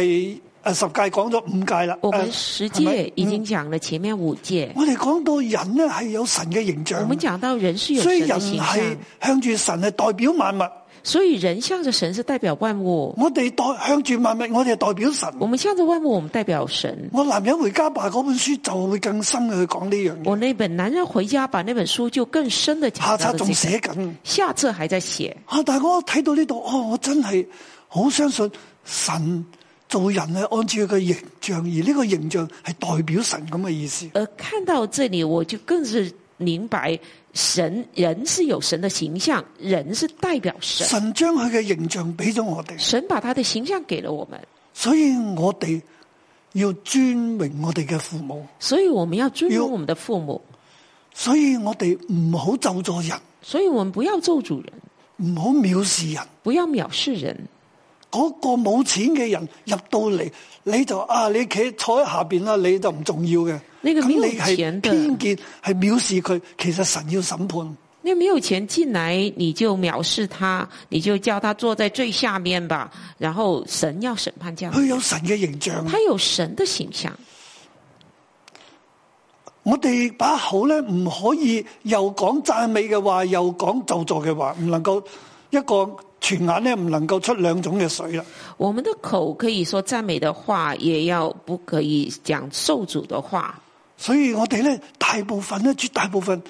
[SPEAKER 2] 诶十戒講咗五戒啦。
[SPEAKER 3] 我
[SPEAKER 2] 呃
[SPEAKER 3] 们十
[SPEAKER 2] 係咪嗯
[SPEAKER 3] 诫已经讲了前面五诫，
[SPEAKER 2] 我哋講到人咧係有神嘅形
[SPEAKER 3] 我们
[SPEAKER 2] 象，
[SPEAKER 3] 讲到人是有
[SPEAKER 2] 所以
[SPEAKER 3] 神
[SPEAKER 2] 人
[SPEAKER 3] 的形
[SPEAKER 2] 係
[SPEAKER 3] 象，
[SPEAKER 2] 向住神係代表萬物，
[SPEAKER 3] 所以人向着神是代表万物。
[SPEAKER 2] 我哋代向住萬物，我哋係代表神。
[SPEAKER 3] 我们向着万物，我们代表神。
[SPEAKER 2] 我男人回家吧嗰本書就會更深嘅去講呢樣嘢，
[SPEAKER 3] 我那本《男人回家》把那本書就更深的
[SPEAKER 2] 下
[SPEAKER 3] 讲
[SPEAKER 2] 冊
[SPEAKER 3] 到了
[SPEAKER 2] 仲
[SPEAKER 3] 这个，
[SPEAKER 2] 寫緊
[SPEAKER 3] 下册还在写。
[SPEAKER 2] 啊！但係我睇到呢度，哦，我真係好相信神做人係按照佢嘅形象，而呢個形象係代表神咁嘅意思。
[SPEAKER 3] 而看到这里，我就更是明白神人是有神的形象，人是代表神，
[SPEAKER 2] 神将佢嘅形象俾咗我哋，
[SPEAKER 3] 神把他的形象给了我们，
[SPEAKER 2] 所以我哋要尊荣我哋嘅父母，
[SPEAKER 3] 所以我们要尊
[SPEAKER 2] 有
[SPEAKER 3] 荣我们的父母，
[SPEAKER 2] 所以我哋唔好咒詛人，
[SPEAKER 3] 所以我们不要咒主人，
[SPEAKER 2] 唔好藐视人。
[SPEAKER 3] 不要藐视人。
[SPEAKER 2] 嗰、個冇錢嘅人入到嚟，你就啊，你企坐喺下边啦，你就唔重要嘅。
[SPEAKER 3] 呢個
[SPEAKER 2] 咁
[SPEAKER 3] 冇
[SPEAKER 2] 你係
[SPEAKER 3] 錢嘅
[SPEAKER 2] 偏見，係藐視佢，其實神要審判。
[SPEAKER 3] 那没有钱进来，你就藐视他，你就叫他坐在最下面吧。然后神要审
[SPEAKER 2] 哎
[SPEAKER 3] 判这样，
[SPEAKER 2] 佢有神嘅形象，
[SPEAKER 3] 他有神的形象。
[SPEAKER 2] 我哋把口咧唔可以又講讚美嘅話，又講咒詛嘅話，唔能夠一個全眼咧唔能夠出兩種嘅水啦。
[SPEAKER 3] 我们的口可以说赞美的话，也要不可以讲受主的话。
[SPEAKER 2] 所以我哋咧大部分咧絕大部分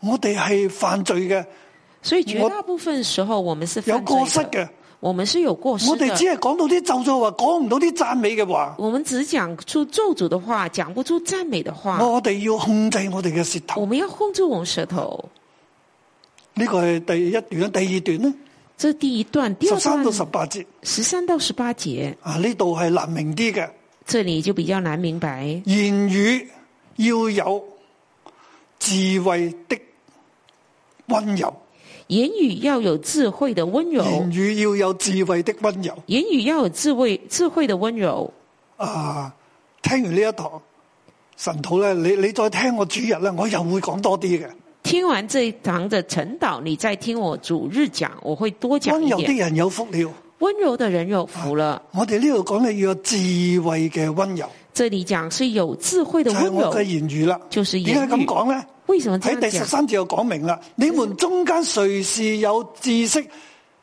[SPEAKER 2] 我哋係犯罪嘅，
[SPEAKER 3] 所以绝
[SPEAKER 2] 我
[SPEAKER 3] 大部分时候我们是
[SPEAKER 2] 有
[SPEAKER 3] 犯罪
[SPEAKER 2] 過失嘅
[SPEAKER 3] 的，。我们是有过失
[SPEAKER 2] 我哋只
[SPEAKER 3] 的。
[SPEAKER 2] 係講到啲咒詛話，講唔到啲讚美嘅話。
[SPEAKER 3] 我们只讲出咒诅的话，讲不出赞美的话。
[SPEAKER 2] 我哋要控制我哋嘅舌
[SPEAKER 3] 我
[SPEAKER 2] 頭，
[SPEAKER 3] 们要控制我们舌头。
[SPEAKER 2] 呢個係第一段。第二段呢，
[SPEAKER 3] 这第一段，第
[SPEAKER 2] 十
[SPEAKER 3] 二
[SPEAKER 2] 三到
[SPEAKER 3] 段
[SPEAKER 2] 十八節
[SPEAKER 3] 十三到十八节，
[SPEAKER 2] 啊，呢度係難明啲嘅。
[SPEAKER 3] 这里就比较难明白。
[SPEAKER 2] 言語要有智慧的温柔，
[SPEAKER 3] 言语要有智慧的温柔，
[SPEAKER 2] 言語要有智慧的温柔。
[SPEAKER 3] 言语要有智慧，智慧的温柔。
[SPEAKER 2] 啊，聽完呢一堂神土咧，你你再聽我主日咧，我又會講多啲嘅。
[SPEAKER 3] 听完这一堂的晨导，你再听我主日讲，我会多讲
[SPEAKER 2] 温
[SPEAKER 3] 一
[SPEAKER 2] 柔啊的
[SPEAKER 3] 点。
[SPEAKER 2] 人有福了。
[SPEAKER 3] 温柔的人有福了，
[SPEAKER 2] 我哋呢度講咧要有智慧嘅温柔，
[SPEAKER 3] 这里讲是有智慧的
[SPEAKER 2] 就係
[SPEAKER 3] 温
[SPEAKER 2] 我嘅
[SPEAKER 3] 柔。
[SPEAKER 2] 言語啦。
[SPEAKER 3] 就是
[SPEAKER 2] 點
[SPEAKER 3] 言
[SPEAKER 2] 解
[SPEAKER 3] 語
[SPEAKER 2] 咁講咧？
[SPEAKER 3] 为什么这
[SPEAKER 2] 喺第
[SPEAKER 3] 样
[SPEAKER 2] 十
[SPEAKER 3] 讲？
[SPEAKER 2] 三節又講明啦，你們中間誰是有知識、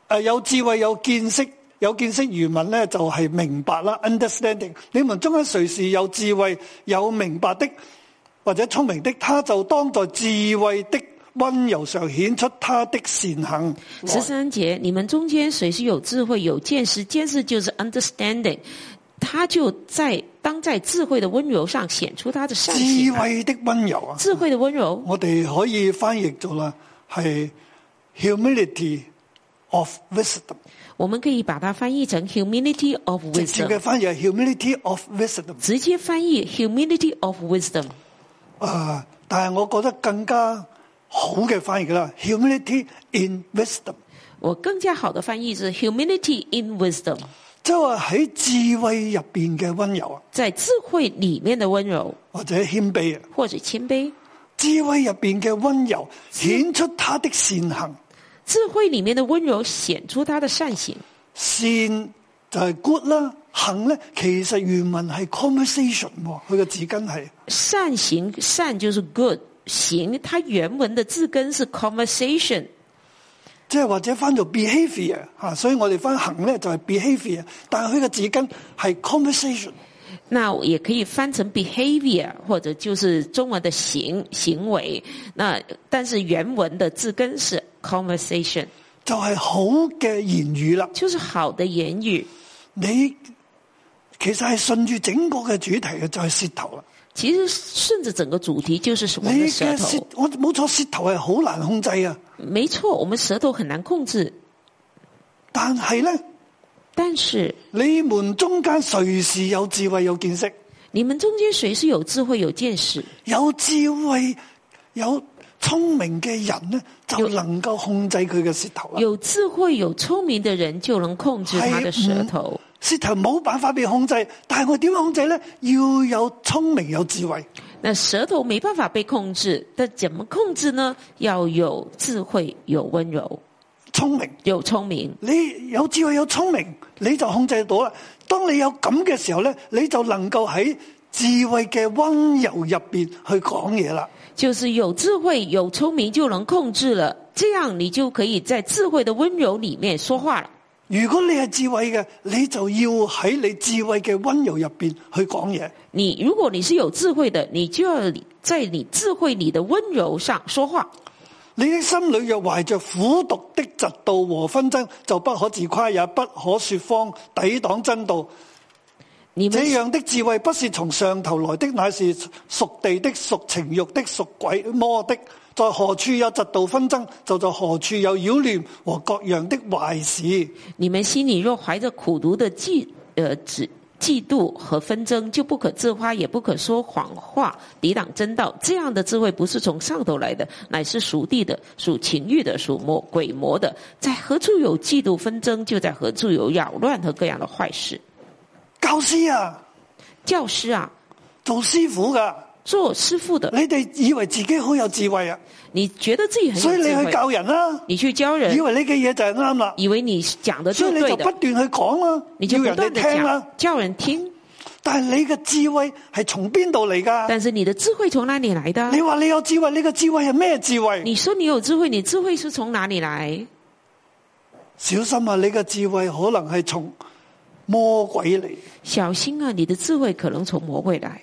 [SPEAKER 2] 呃、有智慧、有見識、有見識愚民咧，就係、明白啦，understanding。你們中間誰是有智慧、有明白的或者聰明的，他就當在智慧的温柔上顯出他的善行。
[SPEAKER 3] 十三节，你们中间谁是有智慧、有见识？见识就是 understanding，他就在当在智慧的温柔上显出他的善
[SPEAKER 2] 智
[SPEAKER 3] 行。
[SPEAKER 2] 慧的温柔啊，
[SPEAKER 3] 智慧的温柔，
[SPEAKER 2] 我哋可以翻譯做啦，係 humility of wisdom。
[SPEAKER 3] 我们可以把它翻译成 humility of
[SPEAKER 2] 直接
[SPEAKER 3] wisdom，
[SPEAKER 2] 嘅翻譯係 humility of wisdom。
[SPEAKER 3] 直接翻译 humility of wisdom。
[SPEAKER 2] 啊、但係我覺得更加好嘅翻譯啦，humility in wisdom，
[SPEAKER 3] 我更加好的翻译是 humility in wisdom，
[SPEAKER 2] 即係話喺智慧入邊嘅温柔啊，
[SPEAKER 3] 在智慧里面的温柔
[SPEAKER 2] 或者謙卑啊，
[SPEAKER 3] 或者谦卑，
[SPEAKER 2] 智慧入邊嘅温柔顯出他的善行，
[SPEAKER 3] 智慧里面的温柔显出他的善行。
[SPEAKER 2] 善就係 good 啦，行咧其實原文係 conversation 喎，佢個字根係
[SPEAKER 3] 善行善就是 good，行它原文的字根是 conversation，
[SPEAKER 2] 即係或者翻做 behavior 嚇、所以我哋翻行咧就係 behavior，但係佢個字根係 conversation。
[SPEAKER 3] 那也可以翻成 behavior 或者就是中文的行行为。那但是原文的字根是 conversation，
[SPEAKER 2] 就係好嘅言語啦，
[SPEAKER 3] 就是好的言语。
[SPEAKER 2] 你其實係順住整個嘅主題嘅，就係舌頭啦。
[SPEAKER 3] 其实顺着整个主题就是我
[SPEAKER 2] 你
[SPEAKER 3] 们的舌
[SPEAKER 2] 嘅舌
[SPEAKER 3] 头，，
[SPEAKER 2] 我冇錯，舌頭係好難控制啊。
[SPEAKER 3] 没错，我们舌头很难控制。
[SPEAKER 2] 但係咧，
[SPEAKER 3] 但是
[SPEAKER 2] 你們中間誰是有智慧有見識？
[SPEAKER 3] 你们中间谁是有智慧有见识？
[SPEAKER 2] 有智慧有聰明嘅人咧，就
[SPEAKER 3] 有
[SPEAKER 2] 能夠控制佢嘅舌頭啦。
[SPEAKER 3] 有智慧有聪明的人就能控制他的舌头。
[SPEAKER 2] 舌頭冇辦法被控制，但係我點控制咧？要有聰明有智慧。
[SPEAKER 3] 那舌头没办法被控制，但怎么控制呢？要有智慧，有温柔，
[SPEAKER 2] 聰明，
[SPEAKER 3] 有聪明。
[SPEAKER 2] 你有智慧有聰明，你就控制到啦。當你有咁嘅時候咧，你就能夠喺智慧嘅温柔入邊去講嘢啦。
[SPEAKER 3] 就是有智慧、有聪明就能控制了，这样你就可以在智慧的温柔里面说话了。
[SPEAKER 2] 如果你係智慧嘅，你就要喺你智慧嘅温柔入邊去講嘢。
[SPEAKER 3] 你如果你是有智慧的，你就要在你智慧里的温柔上说话。
[SPEAKER 2] 你的心裏若懷着苦毒的嫉妒和紛爭，就不可自誇，也不可說謊，抵擋真道。
[SPEAKER 3] 你
[SPEAKER 2] 這
[SPEAKER 3] 们
[SPEAKER 2] 樣的智慧不是從上頭來的，乃是屬地的、屬情欲的、屬鬼魔的。在何處有嫉妒紛爭，就在何處有擾亂和各樣的壞事。
[SPEAKER 3] 你们心里若怀着苦毒的嫉呃嫉嫉妒和纷争，就不可自夸，也不可说谎话，抵挡真道。这样的智慧不是从上头来的，乃是属地的、属情欲的、属魔鬼魔的。在何处有嫉妒纷争，就在何处有扰乱和各样的坏事。
[SPEAKER 2] 教師啊，
[SPEAKER 3] 教师啊，
[SPEAKER 2] 做師傅噶，
[SPEAKER 3] 做师傅的，
[SPEAKER 2] 你哋以為自己好有智慧啊，
[SPEAKER 3] 你觉得自己很
[SPEAKER 2] 所以
[SPEAKER 3] 有
[SPEAKER 2] 你
[SPEAKER 3] 智
[SPEAKER 2] 去
[SPEAKER 3] 慧，
[SPEAKER 2] 教人啦、
[SPEAKER 3] 你去教
[SPEAKER 2] 以
[SPEAKER 3] 人，
[SPEAKER 2] 為呢嘅嘢就係啱啦，
[SPEAKER 3] 以为你讲的
[SPEAKER 2] 所以
[SPEAKER 3] 就
[SPEAKER 2] 你
[SPEAKER 3] 对
[SPEAKER 2] 就不
[SPEAKER 3] 的，
[SPEAKER 2] 斷去講啦，
[SPEAKER 3] 你就
[SPEAKER 2] 要
[SPEAKER 3] 不
[SPEAKER 2] 人哋
[SPEAKER 3] 断的
[SPEAKER 2] 聽啦
[SPEAKER 3] 讲，，叫人听。
[SPEAKER 2] 但係你嘅智慧係從邊度嚟㗎？
[SPEAKER 3] 但是你的智慧從哪裡來的
[SPEAKER 2] 你？話你有智慧，你嘅智慧係咩智慧？
[SPEAKER 3] 你說你有智慧，你智慧是從哪裡來？
[SPEAKER 2] 小心啊！你嘅智慧可能係從魔鬼嚟。
[SPEAKER 3] 小心啊，你的智慧可能從魔鬼來。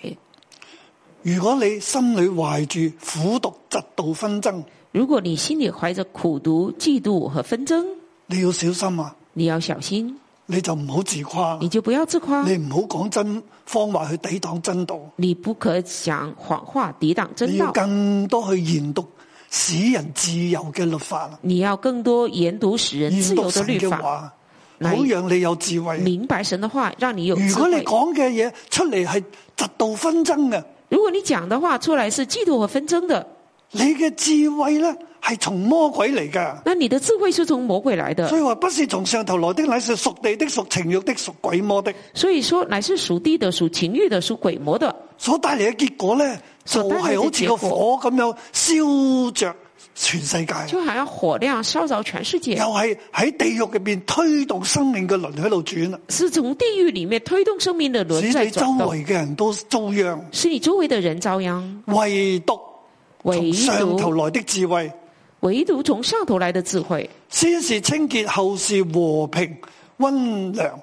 [SPEAKER 2] 如果你心裏懷住苦毒、嫉妒、紛爭，
[SPEAKER 3] 如果你心裡懷着苦毒、嫉妒和紛爭，
[SPEAKER 2] 你要小心啊！
[SPEAKER 3] 你要小心，
[SPEAKER 2] 你就唔好自誇
[SPEAKER 3] 你，就不要自
[SPEAKER 2] 你
[SPEAKER 3] 誇，
[SPEAKER 2] 唔好講真方話去抵擋真道，
[SPEAKER 3] 你不可講謊話抵擋
[SPEAKER 2] 你
[SPEAKER 3] 真
[SPEAKER 2] 要
[SPEAKER 3] 道。
[SPEAKER 2] 更多去研讀使人自由嘅律法啦，
[SPEAKER 3] 你要更多研读使人
[SPEAKER 2] 研
[SPEAKER 3] 自
[SPEAKER 2] 讀
[SPEAKER 3] 由的
[SPEAKER 2] 神
[SPEAKER 3] 律
[SPEAKER 2] 嘅
[SPEAKER 3] 法，
[SPEAKER 2] 話，
[SPEAKER 3] 來
[SPEAKER 2] 好讓你有智慧。
[SPEAKER 3] 明白神的话，讓你有智
[SPEAKER 2] 如果你
[SPEAKER 3] 慧。
[SPEAKER 2] 講嘅嘢出嚟係嫉妒紛爭嘅，
[SPEAKER 3] 如果你講的話出來是嫉妒和紛爭的，
[SPEAKER 2] 你嘅智慧咧係從魔鬼嚟噶，
[SPEAKER 3] 那你的智慧是從魔鬼來
[SPEAKER 2] 所
[SPEAKER 3] 的。
[SPEAKER 2] 以話不是從上頭來的，乃是屬地的、屬情欲的、屬鬼魔的，
[SPEAKER 3] 所以說，乃是屬地的、屬情欲的、屬鬼魔的，
[SPEAKER 2] 所帶嚟嘅結果咧，就
[SPEAKER 3] 所帶嚟嘅
[SPEAKER 2] 係好似個
[SPEAKER 3] 結果
[SPEAKER 2] 火咁樣燒着全世界，
[SPEAKER 3] 就好像火亮燒着全世界
[SPEAKER 2] 又，係喺地獄入邊推動生命嘅輪喺度轉啊，
[SPEAKER 3] 是從地獄裡面推動生命的輪
[SPEAKER 2] 使
[SPEAKER 3] 在
[SPEAKER 2] 你周
[SPEAKER 3] 轉動，
[SPEAKER 2] 圍嘅人都遭殃，
[SPEAKER 3] 使你周圍的人遭殃。
[SPEAKER 2] 唯獨
[SPEAKER 3] 唯
[SPEAKER 2] 從上頭
[SPEAKER 3] 獨
[SPEAKER 2] 來的智慧。
[SPEAKER 3] 唯獨從上頭來的智慧，
[SPEAKER 2] 先是清洁，后是和平、温良、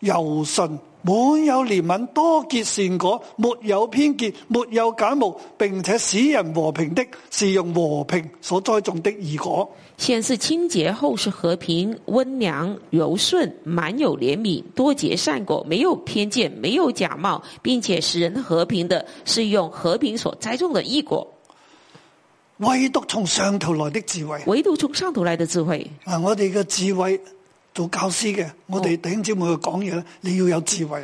[SPEAKER 2] 柔顺，满有怜悯，多结善果，没有偏见，没有假冒，并且使人和平的，是用和平所栽种的义果。
[SPEAKER 3] 先是清洁，后是和平，温良柔顺，满有怜悯，多结善果，没有偏见，没有假冒，并且使人和平的，是用和平所栽种的异果。
[SPEAKER 2] 唯独从上头来的智慧，
[SPEAKER 3] 唯独从上头来的智慧，
[SPEAKER 2] 啊！我哋嘅智慧做教师嘅，我哋弟兄姊妹去讲嘢咧，你要有智慧；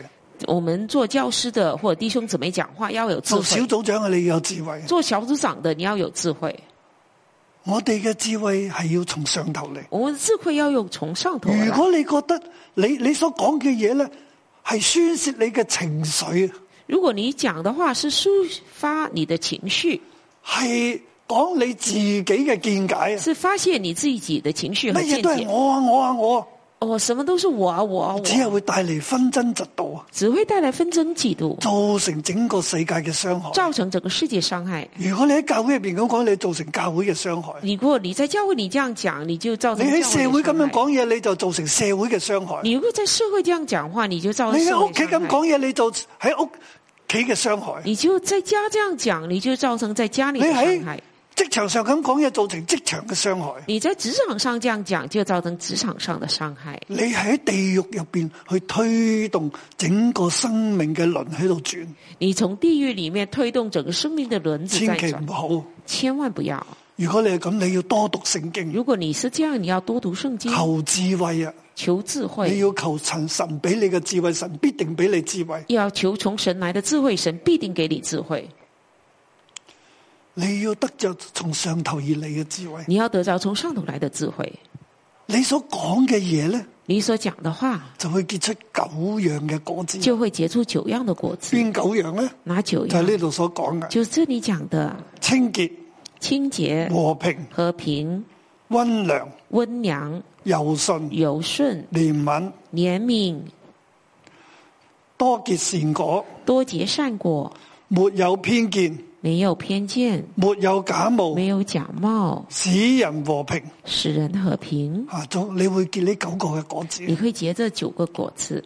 [SPEAKER 3] 我们做教师的或者弟兄姊妹讲话要有智
[SPEAKER 2] 做小
[SPEAKER 3] 慧，
[SPEAKER 2] 组长嘅，你要有智慧。
[SPEAKER 3] 做小组长的你要有智慧。
[SPEAKER 2] 我哋嘅智慧系要从上头嚟。
[SPEAKER 3] 我们的智慧要用从上头
[SPEAKER 2] 如
[SPEAKER 3] 来。
[SPEAKER 2] 果你覺得你你所講嘅嘢咧，係宣泄你嘅情啊緒，
[SPEAKER 3] 如果你讲的话是抒发你的情绪，
[SPEAKER 2] 係講你自己嘅見解，啊
[SPEAKER 3] 是发泄你自己的情绪和
[SPEAKER 2] 乜
[SPEAKER 3] 见
[SPEAKER 2] 嘢都係
[SPEAKER 3] 解。
[SPEAKER 2] 我啊我啊我
[SPEAKER 3] 哦，什么都是我啊我啊
[SPEAKER 2] 啊，
[SPEAKER 3] 我
[SPEAKER 2] 只
[SPEAKER 3] 啊
[SPEAKER 2] 係會帶嚟紛爭嫉妒，
[SPEAKER 3] 只会带来纷争、嫉妒，
[SPEAKER 2] 啊造成整個世界嘅傷害。
[SPEAKER 3] 造成整个世界伤害。
[SPEAKER 2] 如果你喺教會入边咁講，你造成教會嘅傷害；
[SPEAKER 3] 如果你在教会你这样讲，你就造
[SPEAKER 2] 你
[SPEAKER 3] 成
[SPEAKER 2] 喺
[SPEAKER 3] 教会
[SPEAKER 2] 社會
[SPEAKER 3] 的
[SPEAKER 2] 咁樣
[SPEAKER 3] 伤害。
[SPEAKER 2] 講嘢，你就造成社會嘅傷害；
[SPEAKER 3] 你如果在社会这样讲话，你就造
[SPEAKER 2] 你
[SPEAKER 3] 成
[SPEAKER 2] 喺
[SPEAKER 3] 社
[SPEAKER 2] 屋
[SPEAKER 3] 会
[SPEAKER 2] 企
[SPEAKER 3] 伤
[SPEAKER 2] 咁
[SPEAKER 3] 害
[SPEAKER 2] 講嘢，你就喺屋企嘅傷害；
[SPEAKER 3] 你就在家这样讲，你就造成在家里的
[SPEAKER 2] 你喺
[SPEAKER 3] 伤害。
[SPEAKER 2] 職場上咁講嘢，造成職場嘅傷害。
[SPEAKER 3] 你在职场上这样讲，就造成职场上的伤害。
[SPEAKER 2] 你喺地獄入边去推動整個生命嘅輪喺度轉，
[SPEAKER 3] 你从地狱里面推动整个生命的轮子在
[SPEAKER 2] 千祈
[SPEAKER 3] 转
[SPEAKER 2] 唔，好。
[SPEAKER 3] 千萬不要。
[SPEAKER 2] 如果你係咁，你要多讀聖經，
[SPEAKER 3] 如果你是这样，你要多读圣经，
[SPEAKER 2] 求智慧啊！
[SPEAKER 3] 求智
[SPEAKER 2] 你
[SPEAKER 3] 慧，
[SPEAKER 2] 要求神，神俾你嘅智慧，神必定俾你智慧。
[SPEAKER 3] 要求从神来的智慧，神必定给你智慧。
[SPEAKER 2] 你要得着從上頭而嚟嘅智慧。
[SPEAKER 3] 你要得着从上头来的智慧。
[SPEAKER 2] 你所講嘅嘢咧，
[SPEAKER 3] 你所讲的话
[SPEAKER 2] 就會結出九樣嘅果子。
[SPEAKER 3] 就会结出九样的果子。
[SPEAKER 2] 邊九樣咧？
[SPEAKER 3] 哪九
[SPEAKER 2] 就係
[SPEAKER 3] 样？
[SPEAKER 2] 呢度所講嘅
[SPEAKER 3] 就是这里讲的
[SPEAKER 2] 清潔、
[SPEAKER 3] 清洁、
[SPEAKER 2] 和平、
[SPEAKER 3] 和平、
[SPEAKER 2] 温良、
[SPEAKER 3] 温良、
[SPEAKER 2] 柔順、
[SPEAKER 3] 柔顺、
[SPEAKER 2] 憐憫、
[SPEAKER 3] 怜悯、
[SPEAKER 2] 多結善果，
[SPEAKER 3] 多结善果，
[SPEAKER 2] 沒有偏見，
[SPEAKER 3] 没有偏见，
[SPEAKER 2] 沒有假冒。
[SPEAKER 3] 没有假冒，
[SPEAKER 2] 使人和平
[SPEAKER 3] 使人和平。
[SPEAKER 2] 啊，總你會結呢九個嘅果子。
[SPEAKER 3] 你会结这九个果子。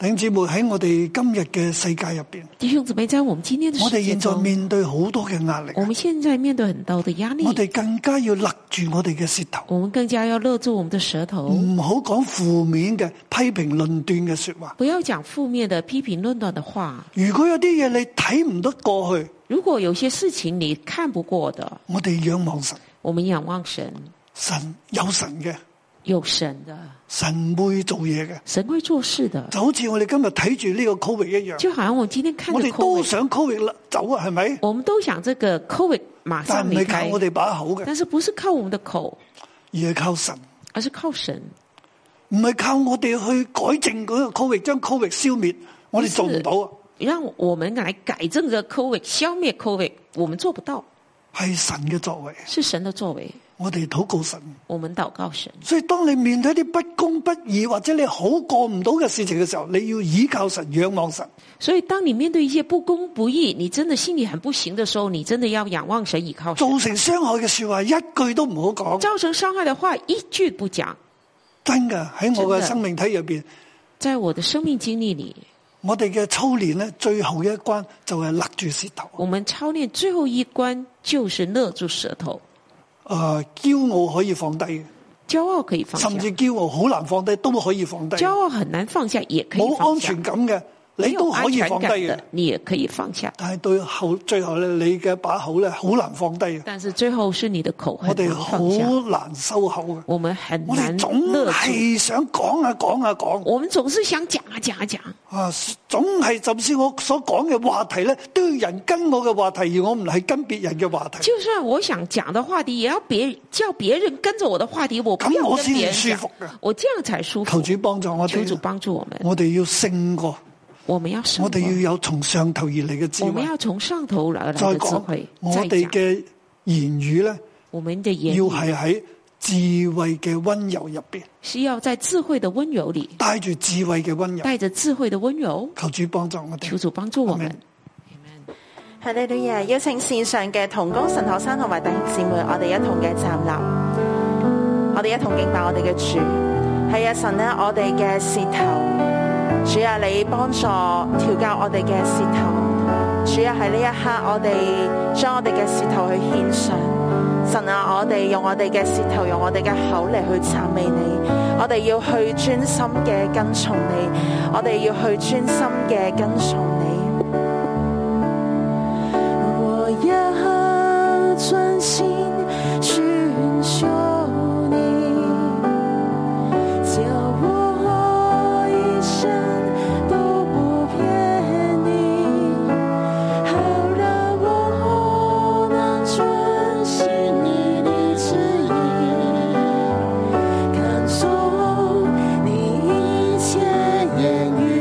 [SPEAKER 2] 弟兄姊妹喺我哋今日嘅世界入边，
[SPEAKER 3] 弟兄姊妹，在我们今天的
[SPEAKER 2] 我
[SPEAKER 3] 世
[SPEAKER 2] 哋
[SPEAKER 3] 界
[SPEAKER 2] 現在
[SPEAKER 3] 中，
[SPEAKER 2] 面對好多嘅壓力，
[SPEAKER 3] 嗯我们现在面对很大的压力
[SPEAKER 2] 我，哋更加要勒住我哋嘅舌頭，
[SPEAKER 3] 我们更加要勒住我们的舌头，
[SPEAKER 2] 唔好講負面嘅批評論斷嘅说話。
[SPEAKER 3] 不要讲负面的批评论断的话。
[SPEAKER 2] 如果有啲嘢你睇唔得過去，
[SPEAKER 3] 如果有些事情你看不过的，
[SPEAKER 2] 我哋仰望神，
[SPEAKER 3] 我们仰望神，
[SPEAKER 2] 神有神嘅，
[SPEAKER 3] 有神的，
[SPEAKER 2] 神會做嘢嘅，
[SPEAKER 3] 神会做事的。
[SPEAKER 2] 就好似我哋今日睇住呢個 covid 一樣，
[SPEAKER 3] 就好像我今天看
[SPEAKER 2] 我
[SPEAKER 3] 着
[SPEAKER 2] 哋
[SPEAKER 3] c
[SPEAKER 2] 都
[SPEAKER 3] o
[SPEAKER 2] 想 covid 啦走啊，係咪？
[SPEAKER 3] 我们都想这个 COVID 马
[SPEAKER 2] 但
[SPEAKER 3] 上
[SPEAKER 2] 唔
[SPEAKER 3] 离
[SPEAKER 2] 係靠
[SPEAKER 3] 开，
[SPEAKER 2] 我哋把口嘅，
[SPEAKER 3] 但是不是靠我们的口，
[SPEAKER 2] 而係靠神。
[SPEAKER 3] 而是靠神。
[SPEAKER 2] 唔係靠我哋去改正嗰個 covid，將 covid 消滅，我哋做唔到啊！
[SPEAKER 3] 让我们来改正这个 COVID，消灭 COVID，我们做不到，
[SPEAKER 2] 係神嘅作為，
[SPEAKER 3] 是神的作为。
[SPEAKER 2] 我哋祷告神。
[SPEAKER 3] 我们祷告神。
[SPEAKER 2] 所以当你面对一啲不公不义或者你好过唔到嘅事情嘅时候，你要倚靠神、仰望神。
[SPEAKER 3] 所以，当你面对一些不公不义，你真的心里很不行的时候，你真的要仰望神，倚靠神。
[SPEAKER 2] 造成伤害嘅说话一句都唔好讲，
[SPEAKER 3] 造成伤害的话，一句不讲。
[SPEAKER 2] 真嘅喺我嘅
[SPEAKER 3] 真嘅
[SPEAKER 2] 生命體入边，
[SPEAKER 3] 在我的生命经历里，
[SPEAKER 2] 我哋嘅操練咧，最後一關就係勒住舌頭。
[SPEAKER 3] 我们操练最后一关就是勒住舌头。
[SPEAKER 2] 诶、啊驕傲可以放低嘅，
[SPEAKER 3] 骄傲可以放下
[SPEAKER 2] 甚，至驕傲好難放低，都可以放低。
[SPEAKER 3] 骄傲很难放下，也可以
[SPEAKER 2] 冇安
[SPEAKER 3] 放下
[SPEAKER 2] 全。感嘅，
[SPEAKER 3] 没
[SPEAKER 2] 你
[SPEAKER 3] 有
[SPEAKER 2] 都
[SPEAKER 3] 安
[SPEAKER 2] 可以
[SPEAKER 3] 全
[SPEAKER 2] 放低
[SPEAKER 3] 感
[SPEAKER 2] 嘅
[SPEAKER 3] 的。，你也可以放下。
[SPEAKER 2] 但係對後最後咧，你嘅把口咧，好難放低嘅。
[SPEAKER 3] 但是最后是你的口
[SPEAKER 2] 我
[SPEAKER 3] 很
[SPEAKER 2] 哋
[SPEAKER 3] 难
[SPEAKER 2] 好
[SPEAKER 3] 放下，
[SPEAKER 2] 難收口嘅。
[SPEAKER 3] 我们很
[SPEAKER 2] 我
[SPEAKER 3] 难
[SPEAKER 2] 哋總
[SPEAKER 3] 勒住。
[SPEAKER 2] 係想講啊講啊講
[SPEAKER 3] 我们总是想讲啊讲啊讲，
[SPEAKER 2] 啊，總係甚至我所講嘅話題咧，都要人跟我嘅話題，而我唔係跟別人嘅話題。
[SPEAKER 3] 就算我想讲的话题，也要别叫别人跟着我的话题，我不
[SPEAKER 2] 咁
[SPEAKER 3] 要
[SPEAKER 2] 我
[SPEAKER 3] 跟
[SPEAKER 2] 先
[SPEAKER 3] 别人
[SPEAKER 2] 至舒服
[SPEAKER 3] 讲
[SPEAKER 2] 嘅，
[SPEAKER 3] 我这样才舒服
[SPEAKER 2] 求。主幫助我
[SPEAKER 3] 求主
[SPEAKER 2] 哋，
[SPEAKER 3] 帮助我们，
[SPEAKER 2] 我哋要勝過，
[SPEAKER 3] 我们要胜
[SPEAKER 2] 我
[SPEAKER 3] 过
[SPEAKER 2] 哋，要有從上頭而嚟嘅智
[SPEAKER 3] 我
[SPEAKER 2] 慧
[SPEAKER 3] 们。要从上头而
[SPEAKER 2] 再
[SPEAKER 3] 来的智
[SPEAKER 2] 講
[SPEAKER 3] 慧。
[SPEAKER 2] 我
[SPEAKER 3] 再
[SPEAKER 2] 哋
[SPEAKER 3] 讲，
[SPEAKER 2] 嘅言語咧，
[SPEAKER 3] 我们的言
[SPEAKER 2] 要
[SPEAKER 3] 语
[SPEAKER 2] 係喺智慧嘅温柔入邊，
[SPEAKER 3] 是要在智慧的温柔里，
[SPEAKER 2] 帶住智慧嘅温柔。
[SPEAKER 3] 带着智慧的温柔。
[SPEAKER 2] 求主幫助我哋
[SPEAKER 3] 求。主帮助我们
[SPEAKER 2] Amen。
[SPEAKER 4] 哈利路亞！邀請線上嘅同工、神學生同埋弟兄姊妹，我哋一同嘅站立，我哋一同敬拜我哋嘅主。係啊，神咧，我哋嘅舌頭，主啊，你幫助調教我哋嘅舌頭。主啊，喺呢一刻，我哋將我哋嘅舌頭去獻上。神啊，我哋用我哋嘅舌頭，啊用我哋嘅口嚟去讚美你。我哋要去專心嘅跟從你，我哋要去專心嘅跟從你。我要专心寻求你，叫我一生都不偏离，好让我能专心你的旨意，看重你一切言语。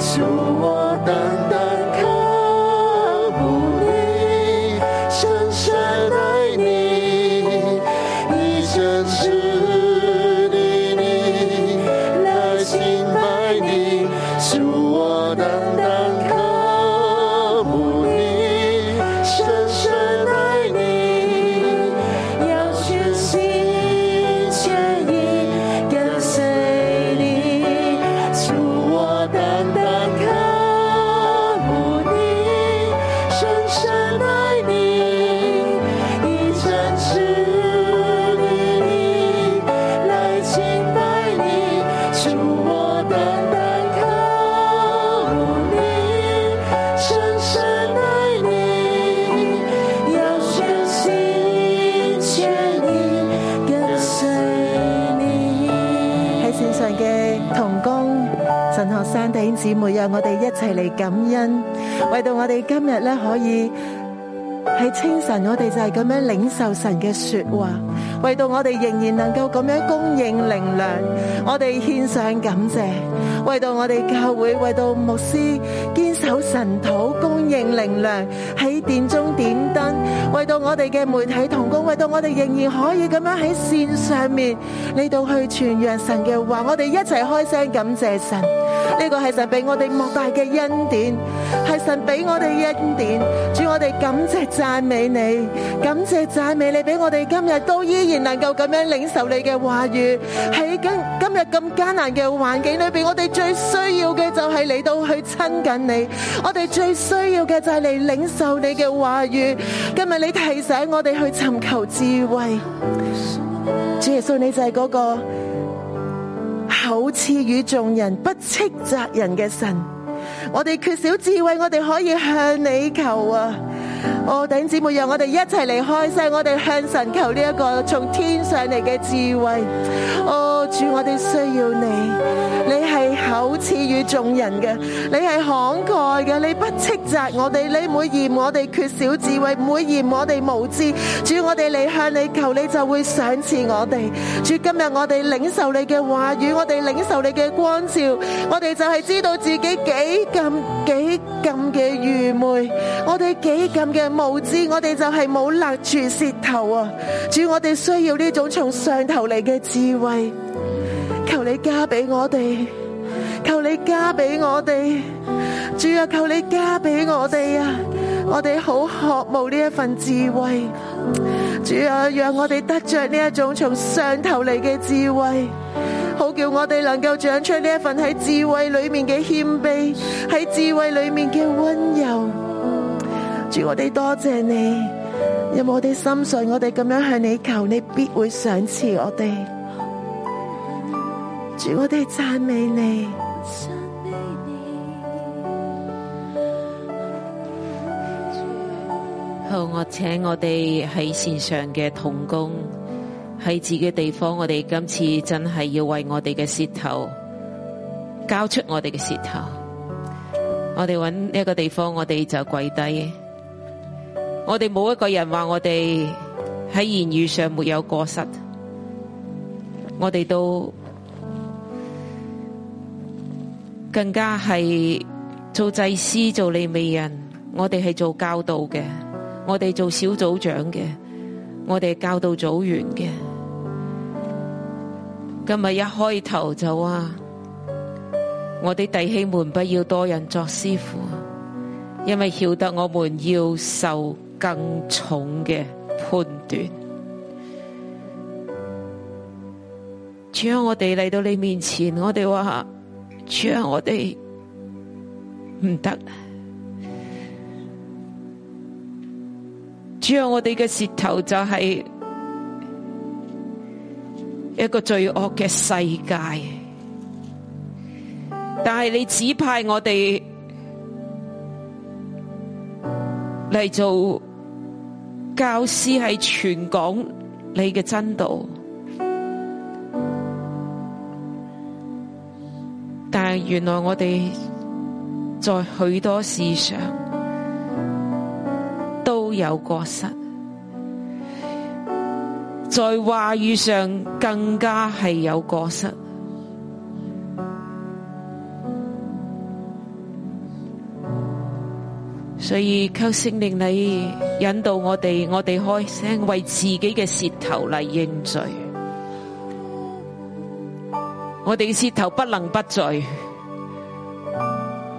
[SPEAKER 4] 求我单单靠慕你，深深爱你，以真实的你来敬拜你，求我单单靠慕你，深深爱你，要全心全意跟随你，求我单单靠慕你，深深爱你，以真挚的你来敬拜你，求我单单靠慕你，深深爱你，要全心全意跟随你。
[SPEAKER 5] 喺線上嘅童工、神學生弟兄姊妹，讓我哋一齊嚟感恩，為到我哋今日咧可以喺清晨，我哋就係咁樣領受神嘅说話，為到我哋仍然能夠咁樣供應靈糧，我哋獻上感謝，為到我哋教會，為到牧師堅守神土供應靈糧，喺殿中點燈，為到我哋嘅媒體同工，為到我哋仍然可以咁樣喺線上面嚟到去傳揚神嘅話，我哋一齊開聲感謝神，呢個係神俾我哋莫大嘅恩典，係神俾我哋嘅恩典，主我哋感謝讚美你，感謝讚美你俾我哋今日都依然能夠咁樣領受你嘅話語。喺今今日咁艱難嘅環境裏邊，我哋最需要嘅就係嚟到去親近你，我哋最需要嘅就係嚟領受你嘅話語。今日你提醒我哋去尋求智慧，主耶穌你就係嗰、個厚賜與眾人、不斥責人嘅神。我哋缺少智慧，我哋可以向你求啊！我弟兄姊妹，让我哋一齐嚟开声，我哋向神求呢一个从天上嚟嘅智慧。哦，主，我哋需要你，你系厚赐与众人嘅，你系慷慨嘅，你不斥责我哋，你唔会嫌我哋缺少智慧，唔会嫌我哋无知。主，我哋嚟向你求，你就会赏赐我哋。主，今日我哋领受你嘅话语，我哋领受你嘅光照，我哋就系知道自己几咁几咁嘅愚昧，我哋几咁嘅无知，我哋就系冇勒住舌头啊！主，我哋需要呢种从上头嚟嘅智慧，求你加俾我哋，求你加俾我哋，主啊，求你加俾我哋啊！我哋好渴慕呢一份智慧，主啊，让我哋得着呢一种从上头嚟嘅智慧。好叫我哋能够长出呢一份喺智慧里面嘅谦卑，喺智慧里面嘅温柔。主，我哋多谢你，因为我哋深信，我哋咁样向你求，你必会赏赐我哋。主，我哋赞美你。
[SPEAKER 3] 好，我請我哋喺線上嘅同工喺自己地方，我哋今次真係要為我哋嘅舌頭交出我哋嘅舌頭。我哋揾一個地方，我哋就跪低。我哋冇一個人話我哋喺言語上沒有過失，我哋都更加係做祭司、做利未人，我哋係做教導嘅，我哋做小組長嘅，我哋係教導組員嘅。今日一開頭就話，我哋弟兄們不要多人作師傅，因為曉得我們要受更重嘅判斷。主啊，我哋嚟到你面前，我哋話。主啊，我哋唔得。啊主啊，我哋嘅舌头就系一个罪恶嘅世界，但系你指派我哋嚟做教师，系全港你嘅真道。但系原來我哋在許多事上都有過失，在話語上更加係有過失。所以靠聖靈嚟引導我哋，我哋開聲為自己嘅舌頭嚟認罪。我哋嘅舌頭不能不罪，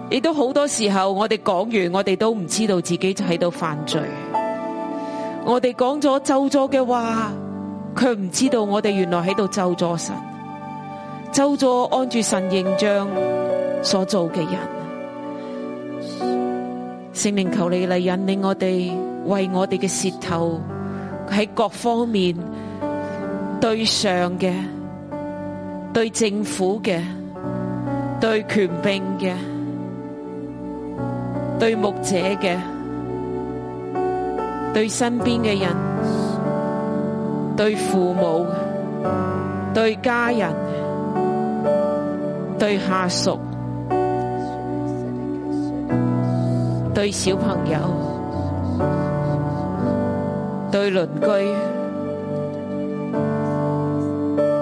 [SPEAKER 3] 亦都好多時候我哋講完，我哋都唔知道自己喺度犯罪。我哋講咗咒咗嘅話，佢唔知道我哋原來喺度咒咗神，咒咗按住神形象所做嘅人。聖靈求你嚟引領我哋，為我哋嘅舌頭喺各方面對上嘅、對政府嘅、對權柄嘅、對牧者嘅、對身邊嘅人、對父母、對家人、對下屬。对小朋友、对邻居、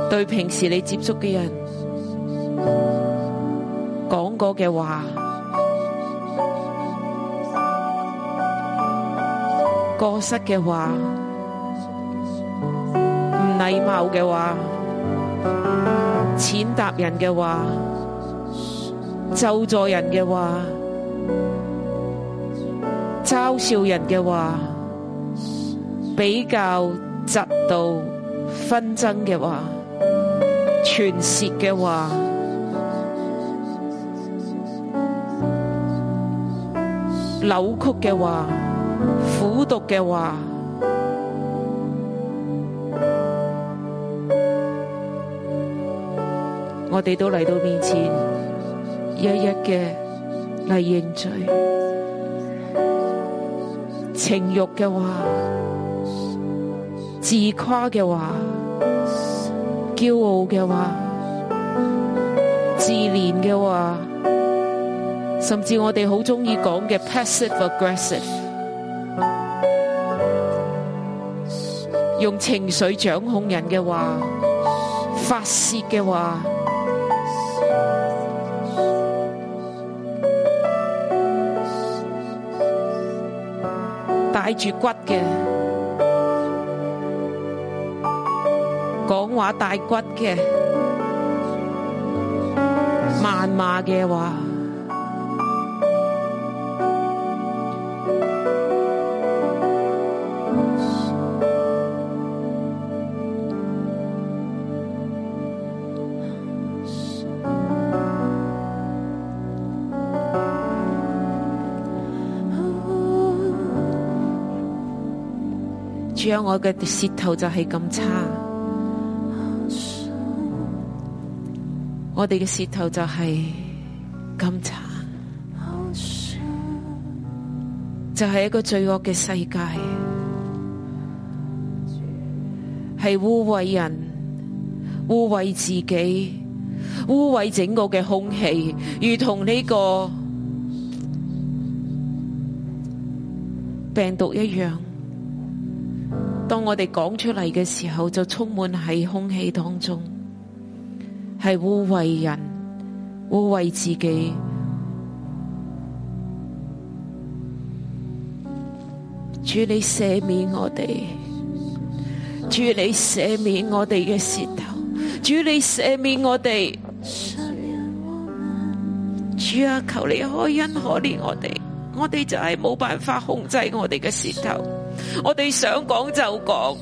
[SPEAKER 3] 对平时你接触嘅人讲过嘅话，过失嘅话，唔礼貌嘅话，践踏人嘅话，咒助人嘅话。嘲笑人嘅话，比较嫉妒、纷争嘅话，传舌嘅话，扭曲嘅话，苦毒嘅话，我哋都嚟到面前，一一嘅嚟认罪。情欲嘅话，自夸嘅话，骄傲嘅话，自怜嘅话，甚至我哋好中意讲嘅 passive aggressive，用情绪掌控人嘅话，发泄嘅话。带住骨嘅，讲话带骨嘅，谩骂嘅话，主有我嘅舌头就系咁差，我哋嘅舌头就系咁差，就系、一个罪恶嘅世界，系污秽人，污秽自己，污秽整个嘅空气，如同呢个病毒一样。当我哋讲出嚟嘅时候，就充满喺空气当中，系污秽人、污秽自己。主你赦免我哋，主你赦免我哋嘅舌头，主你赦免我哋。主啊，求你开恩可怜我哋，我哋就系冇办法控制我哋嘅舌头。我哋想讲就讲，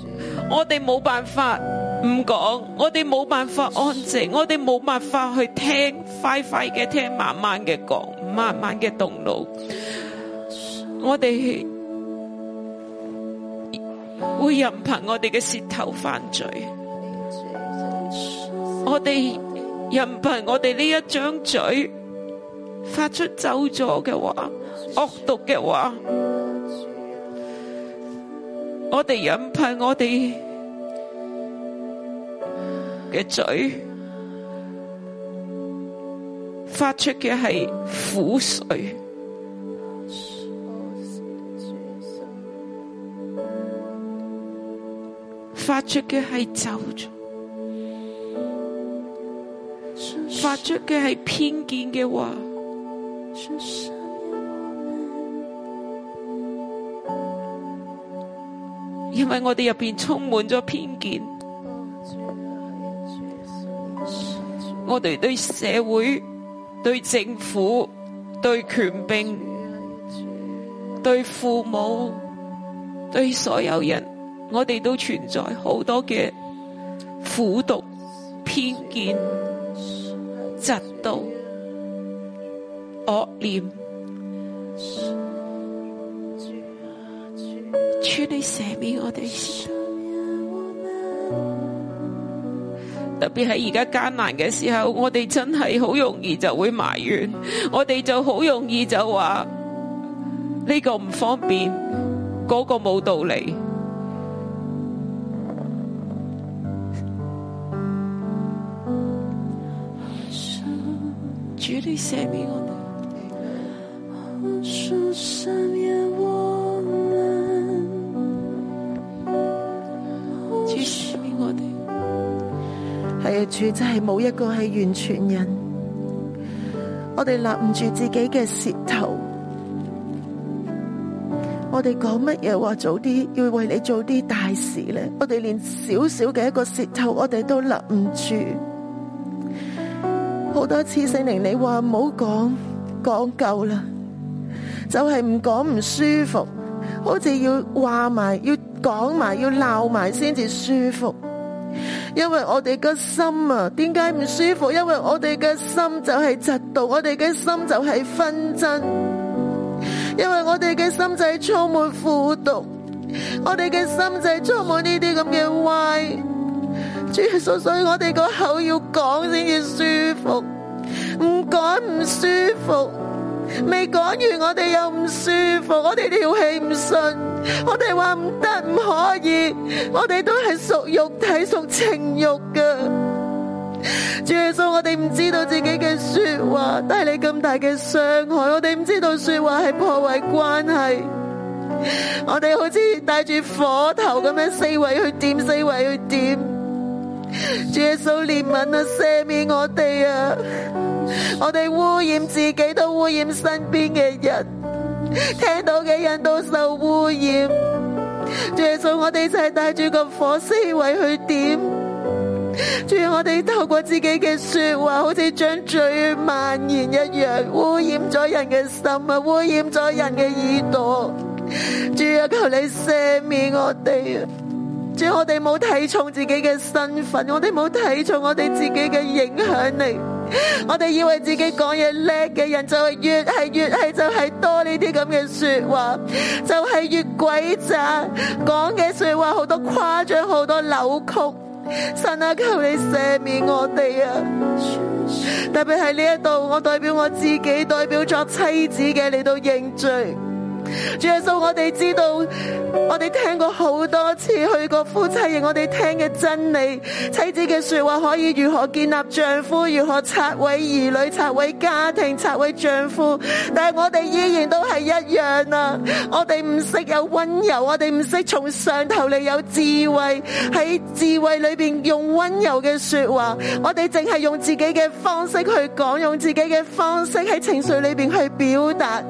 [SPEAKER 3] 我哋冇办法唔讲，我哋冇办法安静，我哋冇办法去听，快快嘅听，慢慢嘅讲，慢慢嘅动脑。我哋会任凭我哋嘅舌头犯罪，我哋任凭我哋呢一张嘴发出咒诅嘅话、恶毒嘅话。我哋忍怕我哋嘅嘴發出嘅係苦水。發出嘅係咒詛，發出嘅係偏見嘅話，因為我哋入邊充滿咗偏見，我哋對社會、對政府、對權柄、對父母、對所有人，我哋都存在好多嘅苦毒、偏見、嫉妒、惡念。主你赦免我哋先得，特別喺而家艱難嘅時候，我哋真係好容易就會埋怨，我哋就好容易就話呢個唔方便，嗰個冇道理。主你赦免我哋。主赦免我哋。
[SPEAKER 5] 系啊，主真系冇一个系完全人。我哋立唔住自己嘅舌头，我哋讲乜嘢话早啲要为你做啲大事咧？我哋连少少嘅一个舌头，我哋都立唔住。好多次圣灵你话唔好讲，讲够啦，就系唔讲唔舒服，好似要话埋，要讲埋，要闹埋先至舒服。因为我哋嘅心啊，点解唔舒服？因为我哋嘅心就系嫉妒，我哋嘅心就系纷争，因为我哋嘅心就系充满苦毒，我哋嘅心就系充满呢啲咁嘅歪。主耶稣，所以我哋个口要讲先至舒服，唔讲唔舒服。未讲完，我哋又唔舒服，我哋條氣唔順，我哋話唔得唔可以，我哋都係屬肉體、屬情欲嘅。主耶穌，我哋唔知道自己嘅说話帶嚟咁大嘅傷害，我哋唔知道说話係破壞關係。我哋好似帶住火頭咁樣四圍去點，四圍去點。主耶穌憐憫啊，赦免我哋啊！我哋污染自己，都污染身邊嘅人，聽到嘅人都受污染。主耶穌，我哋就係帶住個火思維去點。主，我哋透過自己嘅说話，好似將罪蔓延一樣，污染咗人嘅心啊，污染咗人嘅耳朵。主啊，求你赦免我哋啊！主，我哋冇睇重自己嘅身份，我哋冇睇重我哋自己嘅影響力。我哋以為自己講嘢叻嘅人，就係越係越係就係多呢啲咁嘅说話，就係越鬼詐，講嘅说話好多誇張，好多扭曲。神啊，求你赦免我哋啊！特別喺呢一度，我代表我自己，代表作妻子嘅嚟到認罪。主耶稣，我哋知道，我哋听过好多次去过夫妻營，我哋听嘅真理，妻子嘅说话可以如何建立丈夫，如何拆毁儿女、拆毁家庭、拆毁丈夫，但系我哋依然都系一样啊！我哋唔识有温柔，我哋唔识从上头嚟有智慧，喺智慧里边用温柔嘅说话，我哋净系用自己嘅方式去讲，用自己嘅方式喺情绪里边去表达，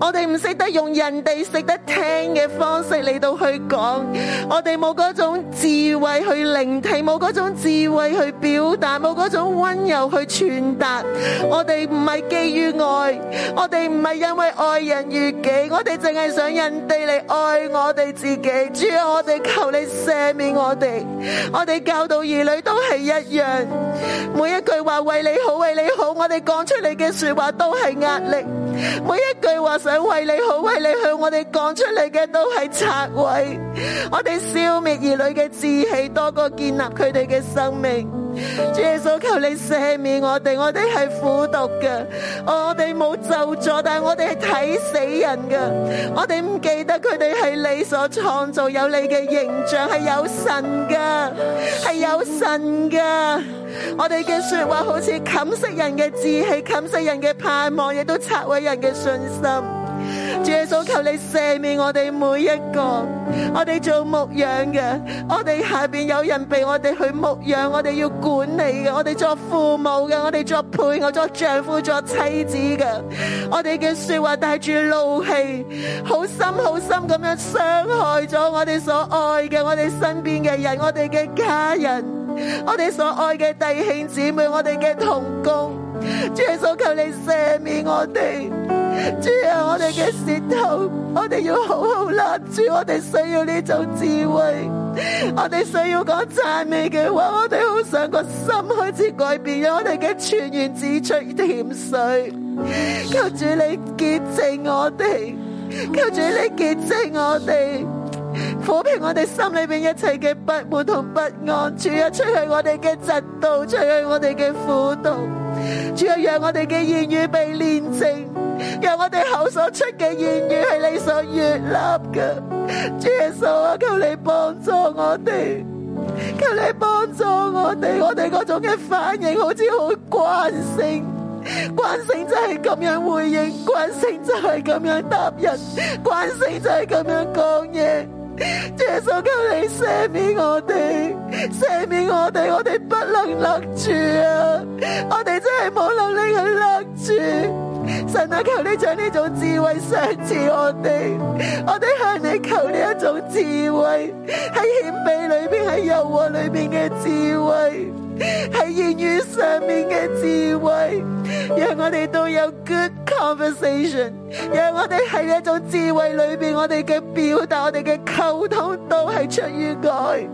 [SPEAKER 5] 我哋唔识得用人哋識得聽嘅方式嚟到去講，我哋冇嗰種智慧去聆聽，冇嗰種智慧去表達，冇嗰種温柔去傳達。我哋唔係基於愛，我哋唔係因為愛人如己，我哋淨係想人哋嚟愛我哋自己。主啊，我哋求你赦免我哋，我哋教導兒女都係一樣，每一句話為你好，為你好，我哋講出嚟嘅說話都係壓力。每一句話想為你好，為你好，我哋講出嚟嘅都係拆毀，我哋消滅兒女嘅志氣，多過建立佢哋嘅生命。主耶穌，求你赦免我哋，我哋係苦毒嘅，我哋冇咒助，但係我哋係睇死人嘅，我哋唔記得佢哋係你所創造，有你嘅形象，係有神嘅，係有神嘅。我哋嘅说話好似冚熄人嘅志氣，冚熄人嘅盼望，亦都拆毀人嘅信心。主耶稣，求你赦免我哋每一个，我哋做牧羊嘅，我哋下边有人被我哋去牧羊，我哋要管理嘅，我哋作父母嘅，我哋作配偶、作丈夫、作妻子嘅，我哋嘅说话带住怒气，好深好深咁样伤害咗我哋所爱嘅，我哋身边嘅人，我哋嘅家人，我哋所爱嘅弟兄姊妹，我哋嘅同工。主耶稣，求你赦免我哋。主啊，我哋嘅舌头，我哋要好好勒住，我哋需要呢种智慧，我哋需要讲赞美嘅话，我哋好想个心开始改变，让我哋嘅泉源指出甜水。求主你洁净我哋，求主你洁净我哋。抚平我哋心里边一切嘅不满同不安，主啊，除去我哋嘅嫉妒，除去我哋嘅苦毒，主啊，让我哋嘅言语被炼净，让我哋口所出嘅言语系你所悦纳嘅，主耶稣啊，求你帮助我哋。求你帮助我哋，我哋嗰种嘅反应好似好惯性，惯性就系咁样回应，惯性就系咁样答人，惯性就系咁样讲嘢。耶稣求你赦免我哋，赦免我哋，我哋不能勒住啊！我哋真系冇能力去勒住。神啊，求你将呢种智慧赏赐我哋，我哋向你求呢一种智慧，喺谦卑里边，喺柔和里边嘅智慧，喺言语上面嘅智慧，让我哋都有 good conversation，让我哋喺呢一种智慧里边，我哋嘅表达，我哋嘅沟通都系出于愛，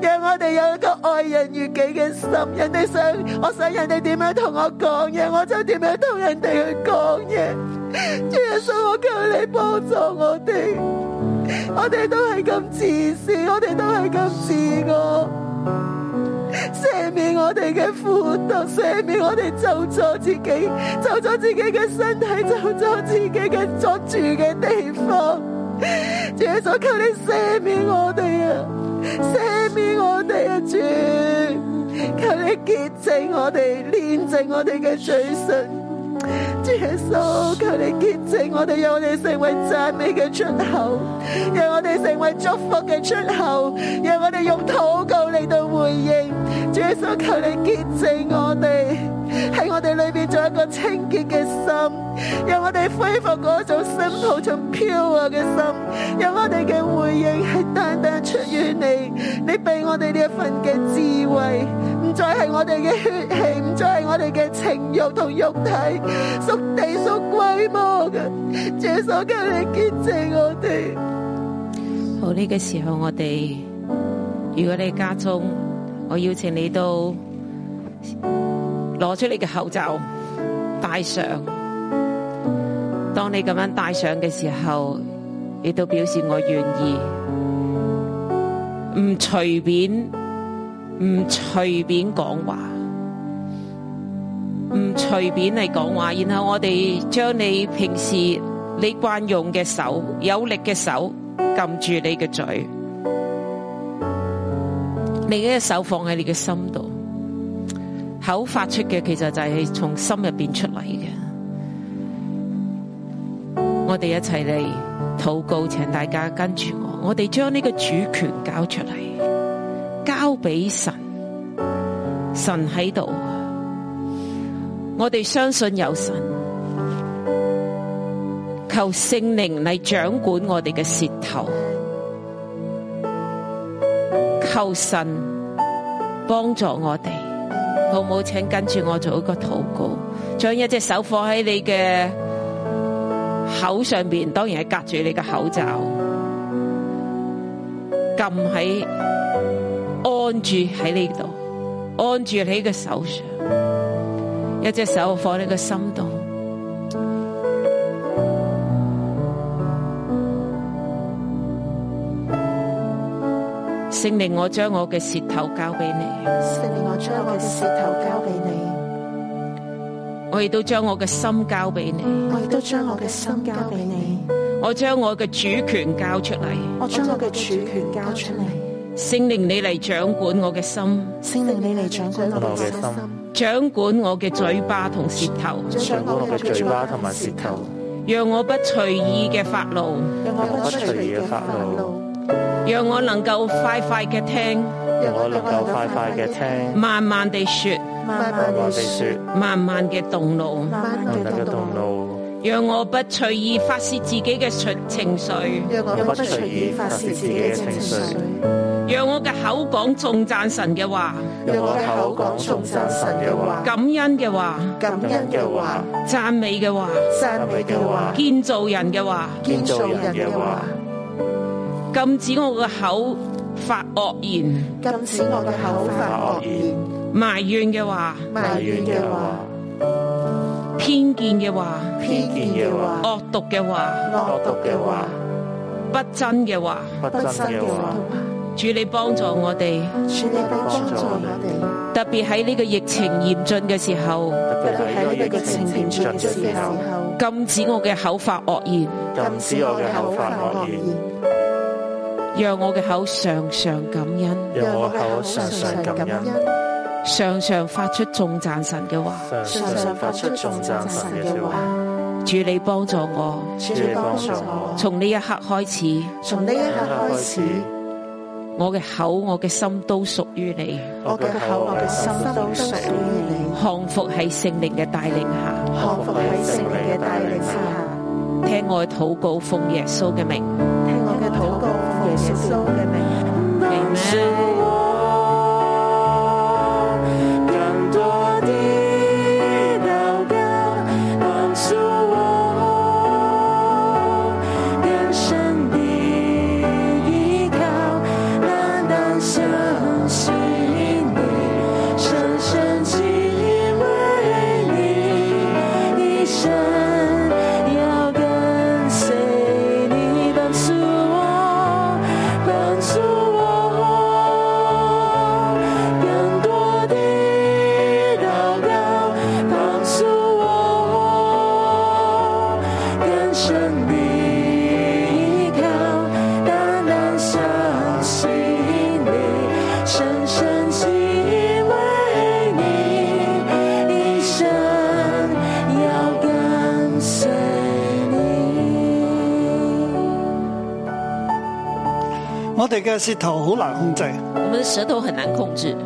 [SPEAKER 5] 让我哋有一个爱人如己嘅心，人哋想，我想人哋点样同我讲嘢，我就点样同人哋去讲嘢。主耶稣，我求你帮助我哋，我哋都系咁自私，我哋都系咁自我。赦免我哋嘅苦毒，赦免我哋咒咗自己，咒咗自己嘅身體，咒咗自己嘅所住嘅地方。主耶穌，求你赦免我哋啊，赦免我哋啊，主，求你潔淨我哋，煉淨我哋嘅罪信。主耶稣，求你洁净我哋，让我哋成为赞美嘅出口，让我哋成为祝福嘅出口，让我哋用祷告嚟到回应。主耶稣，求你洁净我哋，喺我哋里边做一个清洁嘅心，让我哋恢复嗰種心抱從飘啊嘅心，让我哋嘅回應係單單出於你，你俾我哋呢一份嘅智慧，唔再係我哋嘅血氣，唔再係我哋嘅情欲同肉體，屬地屬鬼魔嘅，耶穌求你潔淨我哋。
[SPEAKER 3] 好呢、個時候我哋，如果你家中，我邀請你都攞出你嘅口罩戴上。當你咁樣戴上嘅時候，亦都表示我願意，唔隨便，唔隨便講話，唔隨便嚟講話。然後我哋將你平時你慣用嘅手、有力嘅手撳住你嘅嘴，你嘅一手放喺你嘅心度，口發出嘅其實就係從心入邊出嚟嘅。我哋一齊嚟禱告，請大家跟住我。我哋將呢個主權交出嚟，交俾神，神喺度。我哋相信有神，求聖靈嚟掌管我哋嘅舌頭，求神幫助我哋，好唔好？請跟住我做一個禱告，將一隻手放喺你嘅。口上边當然係隔住你嘅口罩，撳喺按住喺呢度，按住喺嘅手上，一隻手放喺個心度，聖靈，我將我嘅舌頭交俾你，
[SPEAKER 4] 聖靈，我將我嘅舌頭交俾你，
[SPEAKER 3] 我亦都將我嘅心交俾你，
[SPEAKER 4] 我亦都將我嘅心交俾你，
[SPEAKER 3] 我將我嘅主權交出嚟，
[SPEAKER 4] 我將我嘅主權交出嚟。
[SPEAKER 3] 聖靈你嚟掌管我嘅心。
[SPEAKER 4] 聖靈，你嚟掌管我
[SPEAKER 6] 我
[SPEAKER 4] 嘅
[SPEAKER 6] 嘅
[SPEAKER 4] 心，
[SPEAKER 6] 心，
[SPEAKER 3] 掌管我嘅嘴巴同舌頭，
[SPEAKER 6] 掌管我嘅嘴巴同埋舌頭，
[SPEAKER 3] 让我不隨意嘅發怒，
[SPEAKER 4] 让我不隨意嘅發怒，
[SPEAKER 3] 讓我能夠快快嘅聽，
[SPEAKER 7] 讓
[SPEAKER 6] 我能夠快快嘅聽，
[SPEAKER 3] 慢慢地說，
[SPEAKER 4] 慢慢
[SPEAKER 6] 我
[SPEAKER 4] 地
[SPEAKER 6] 哋
[SPEAKER 4] 説，
[SPEAKER 6] 説，
[SPEAKER 3] 慢慢嘅動怒，
[SPEAKER 4] 慢慢
[SPEAKER 6] 能夠
[SPEAKER 4] 地
[SPEAKER 6] 動
[SPEAKER 4] 動怒，
[SPEAKER 6] 怒，
[SPEAKER 3] 讓我不隨意發泄自己嘅情情緒，
[SPEAKER 7] 讓我
[SPEAKER 6] 讓
[SPEAKER 4] 不
[SPEAKER 6] 我
[SPEAKER 7] 不
[SPEAKER 4] 隨
[SPEAKER 6] 隨
[SPEAKER 4] 意
[SPEAKER 6] 意
[SPEAKER 4] 發
[SPEAKER 6] 發
[SPEAKER 4] 泄
[SPEAKER 6] 泄
[SPEAKER 4] 自
[SPEAKER 6] 自
[SPEAKER 4] 己
[SPEAKER 6] 己
[SPEAKER 4] 嘅
[SPEAKER 6] 嘅
[SPEAKER 4] 情
[SPEAKER 6] 情
[SPEAKER 4] 緒
[SPEAKER 6] 緒，，
[SPEAKER 3] 讓我嘅口講重讚神嘅話、
[SPEAKER 6] 讓
[SPEAKER 4] 讓我
[SPEAKER 6] 我
[SPEAKER 4] 嘅口
[SPEAKER 6] 口
[SPEAKER 4] 講
[SPEAKER 6] 講
[SPEAKER 4] 重
[SPEAKER 6] 重
[SPEAKER 4] 讚
[SPEAKER 6] 讚
[SPEAKER 4] 神
[SPEAKER 6] 神
[SPEAKER 4] 嘅
[SPEAKER 6] 嘅
[SPEAKER 4] 話
[SPEAKER 6] 話、
[SPEAKER 3] 感恩嘅話、
[SPEAKER 4] 感
[SPEAKER 6] 感
[SPEAKER 4] 恩
[SPEAKER 6] 恩
[SPEAKER 4] 嘅
[SPEAKER 6] 嘅
[SPEAKER 4] 話
[SPEAKER 6] 話、
[SPEAKER 3] 讚美嘅話、
[SPEAKER 4] 讚美嘅話、
[SPEAKER 3] 建造人嘅話，
[SPEAKER 4] 建
[SPEAKER 6] 建
[SPEAKER 4] 造
[SPEAKER 6] 造
[SPEAKER 4] 人
[SPEAKER 6] 人
[SPEAKER 4] 嘅話
[SPEAKER 6] 嘅話，
[SPEAKER 3] 禁止我嘅口發惡言、
[SPEAKER 4] 禁止我嘅口發惡言、
[SPEAKER 3] 埋怨嘅話、
[SPEAKER 4] 埋
[SPEAKER 6] 埋
[SPEAKER 4] 怨
[SPEAKER 6] 怨
[SPEAKER 4] 嘅
[SPEAKER 6] 嘅
[SPEAKER 4] 話
[SPEAKER 6] 話、
[SPEAKER 3] 偏見嘅話、
[SPEAKER 4] 偏見嘅話、
[SPEAKER 3] 惡毒嘅話、
[SPEAKER 4] 惡毒嘅話、
[SPEAKER 3] 不真嘅話。
[SPEAKER 6] 不
[SPEAKER 4] 不
[SPEAKER 6] 真
[SPEAKER 4] 真
[SPEAKER 6] 嘅
[SPEAKER 4] 嘅話
[SPEAKER 6] 話。。
[SPEAKER 3] 主你幫助我哋，
[SPEAKER 4] 主你幫助我哋，
[SPEAKER 3] 特別喺呢個疫情嚴峻嘅時候，
[SPEAKER 6] 特
[SPEAKER 4] 特
[SPEAKER 6] 別
[SPEAKER 4] 別喺
[SPEAKER 6] 喺
[SPEAKER 4] 呢
[SPEAKER 6] 呢
[SPEAKER 4] 個疫
[SPEAKER 6] 個疫
[SPEAKER 4] 情
[SPEAKER 6] 情
[SPEAKER 4] 嚴
[SPEAKER 6] 嚴
[SPEAKER 4] 峻嘅
[SPEAKER 6] 峻嘅
[SPEAKER 4] 時
[SPEAKER 6] 時
[SPEAKER 4] 候
[SPEAKER 6] 候，，
[SPEAKER 3] 禁止我嘅口發惡言，
[SPEAKER 6] 禁止我嘅口發惡言，
[SPEAKER 3] 讓我嘅口常常感恩，
[SPEAKER 6] 讓我口常常感恩，
[SPEAKER 3] 常常發出重讚神嘅話。
[SPEAKER 6] 常常發出重讚神嘅説話。
[SPEAKER 3] 主你幫助我，
[SPEAKER 4] 主你幫助我，
[SPEAKER 3] 從呢一刻開始，
[SPEAKER 4] 從呢一
[SPEAKER 6] 一刻
[SPEAKER 4] 刻開
[SPEAKER 6] 開
[SPEAKER 4] 始
[SPEAKER 6] 始，，
[SPEAKER 3] 我嘅口、我嘅心都屬於你，
[SPEAKER 4] 我
[SPEAKER 6] 我
[SPEAKER 4] 嘅
[SPEAKER 6] 嘅
[SPEAKER 4] 口、
[SPEAKER 6] 口、
[SPEAKER 4] 我
[SPEAKER 6] 我
[SPEAKER 4] 嘅
[SPEAKER 6] 嘅
[SPEAKER 4] 心
[SPEAKER 6] 心
[SPEAKER 4] 都
[SPEAKER 6] 都
[SPEAKER 4] 屬
[SPEAKER 6] 屬
[SPEAKER 4] 於你，
[SPEAKER 3] 降服喺聖靈嘅帶領下，
[SPEAKER 4] 降服喺聖靈嘅帶領之下，
[SPEAKER 3] 聽我嘅禱告，奉耶穌嘅名。
[SPEAKER 4] 聽我嘅禱告，奉耶穌嘅名。
[SPEAKER 3] Amen
[SPEAKER 5] 更多的祷告，帮助我更深的依靠，单单相信你，深深敬畏你，一生要跟随你，帮助我，帮助我，更多的祷告，帮助我，更深的依靠，单单相信你，深深敬畏你，一生要跟随你。
[SPEAKER 2] 我哋嘅舌頭好難控制，
[SPEAKER 3] 我們的舌頭很難控制，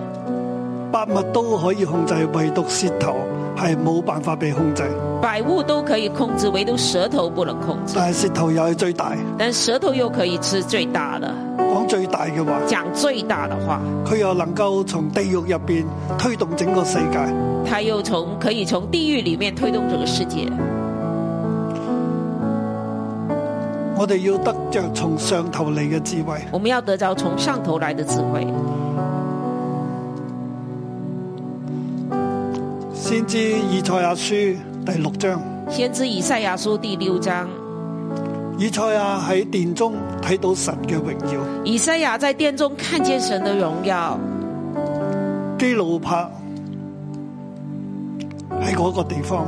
[SPEAKER 2] 百物都可以控制，唯獨舌頭係冇辦法被控制。
[SPEAKER 3] 百物都可以控制，唯獨舌頭不能控制。
[SPEAKER 2] 但係舌頭又係最大，
[SPEAKER 3] 但舌頭又可以吃最大的，
[SPEAKER 2] 講最大嘅話，
[SPEAKER 3] 講最大的話，
[SPEAKER 2] 佢又能夠從地獄入邊推動整個世界。
[SPEAKER 3] 他又從可以從地獄裡面推動這個世界。
[SPEAKER 2] 我哋要得着從上頭嚟嘅智慧，
[SPEAKER 3] 我們要得着從上頭來的智慧。
[SPEAKER 2] 先知以賽亞書第六章。
[SPEAKER 3] 先知以賽亞書第六章，
[SPEAKER 2] 以賽亞喺殿中睇到神嘅榮耀，
[SPEAKER 3] 以賽亞在殿中看見神的榮耀，
[SPEAKER 2] 基路伯喺嗰個地方，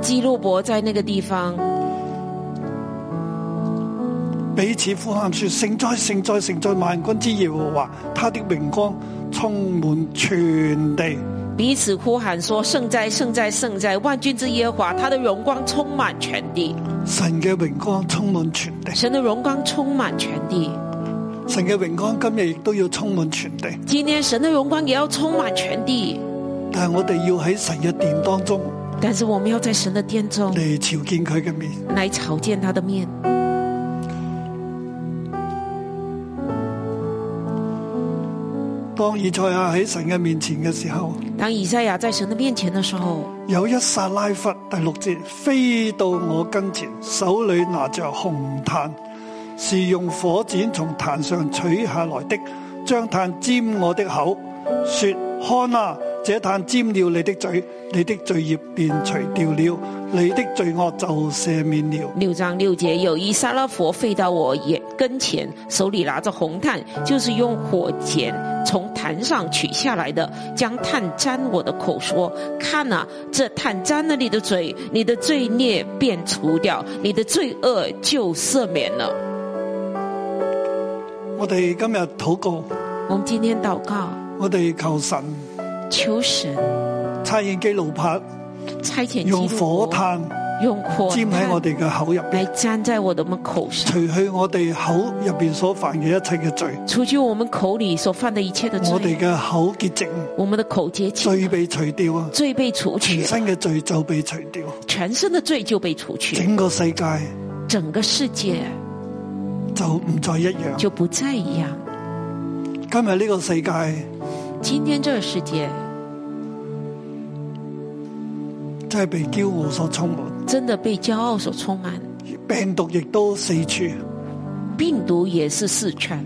[SPEAKER 3] 基路伯在那個地方
[SPEAKER 2] 彼此呼喊說：聖哉，聖哉，聖哉！萬軍之耶和華，他的榮光充滿全地。
[SPEAKER 3] 彼此呼喊說：聖哉，聖哉，聖哉！萬軍之耶和華，他的榮光充滿全地。
[SPEAKER 2] 神嘅榮光充滿全地，
[SPEAKER 3] 神的榮光充滿全地。
[SPEAKER 2] 神嘅榮光今日亦都要充滿全地。
[SPEAKER 3] 今天神的榮光也要充滿全地，
[SPEAKER 2] 但係我哋要喺神嘅殿當中
[SPEAKER 3] 但是我們要在神的殿中
[SPEAKER 2] 嚟朝見佢嘅面。
[SPEAKER 3] 来朝見他的面。
[SPEAKER 2] 當以賽亞喺神嘅面前嘅時候，
[SPEAKER 3] 當以賽亞在神的面前的時候，
[SPEAKER 2] 有一撒拉弗第六節飛到我跟前，手裏拿着紅炭，是用火箭從壇上取下來的，將炭沾我的口，說：看啊，這炭沾了你的嘴，你的罪孽便除掉了，你的罪惡就赦免了。
[SPEAKER 3] 六章六節有一撒拉佛飛到我眼跟前，手裏拿着紅炭，就是用火鉗從壇上取下來的，將炭沾我的口，說：看啊，這炭沾了你的嘴，你的罪孽便除掉，你的罪惡就赦免了。
[SPEAKER 2] 我哋今日禱告，
[SPEAKER 3] 我們今天禱告，
[SPEAKER 2] 我哋求神
[SPEAKER 3] 求神
[SPEAKER 2] 差遣基路伯
[SPEAKER 3] 差遣基
[SPEAKER 2] 用
[SPEAKER 3] 路伯
[SPEAKER 2] 火炭
[SPEAKER 3] 用火
[SPEAKER 2] 沾喺我哋嘅口入边，
[SPEAKER 3] 来粘在我的们口上，
[SPEAKER 2] 除去我哋口入边所犯嘅一切嘅罪，
[SPEAKER 3] 除去我们口里所犯的一切的罪，
[SPEAKER 2] 我哋嘅口洁净，
[SPEAKER 3] 我们的口洁净，
[SPEAKER 2] 罪被除掉啊！
[SPEAKER 3] 罪被除
[SPEAKER 2] 全
[SPEAKER 3] 去，
[SPEAKER 2] 身嘅罪就被除掉，
[SPEAKER 3] 全身的罪就被除去，
[SPEAKER 2] 整个世界
[SPEAKER 3] 整个世界
[SPEAKER 2] 就唔再一样。
[SPEAKER 3] 就不再一样。
[SPEAKER 2] 今日呢个世界
[SPEAKER 3] 今天这个世界
[SPEAKER 2] 真系被骄傲所充满，
[SPEAKER 3] 真的被骄傲所充满，
[SPEAKER 2] 病毒亦都四处，
[SPEAKER 3] 病毒也是四川，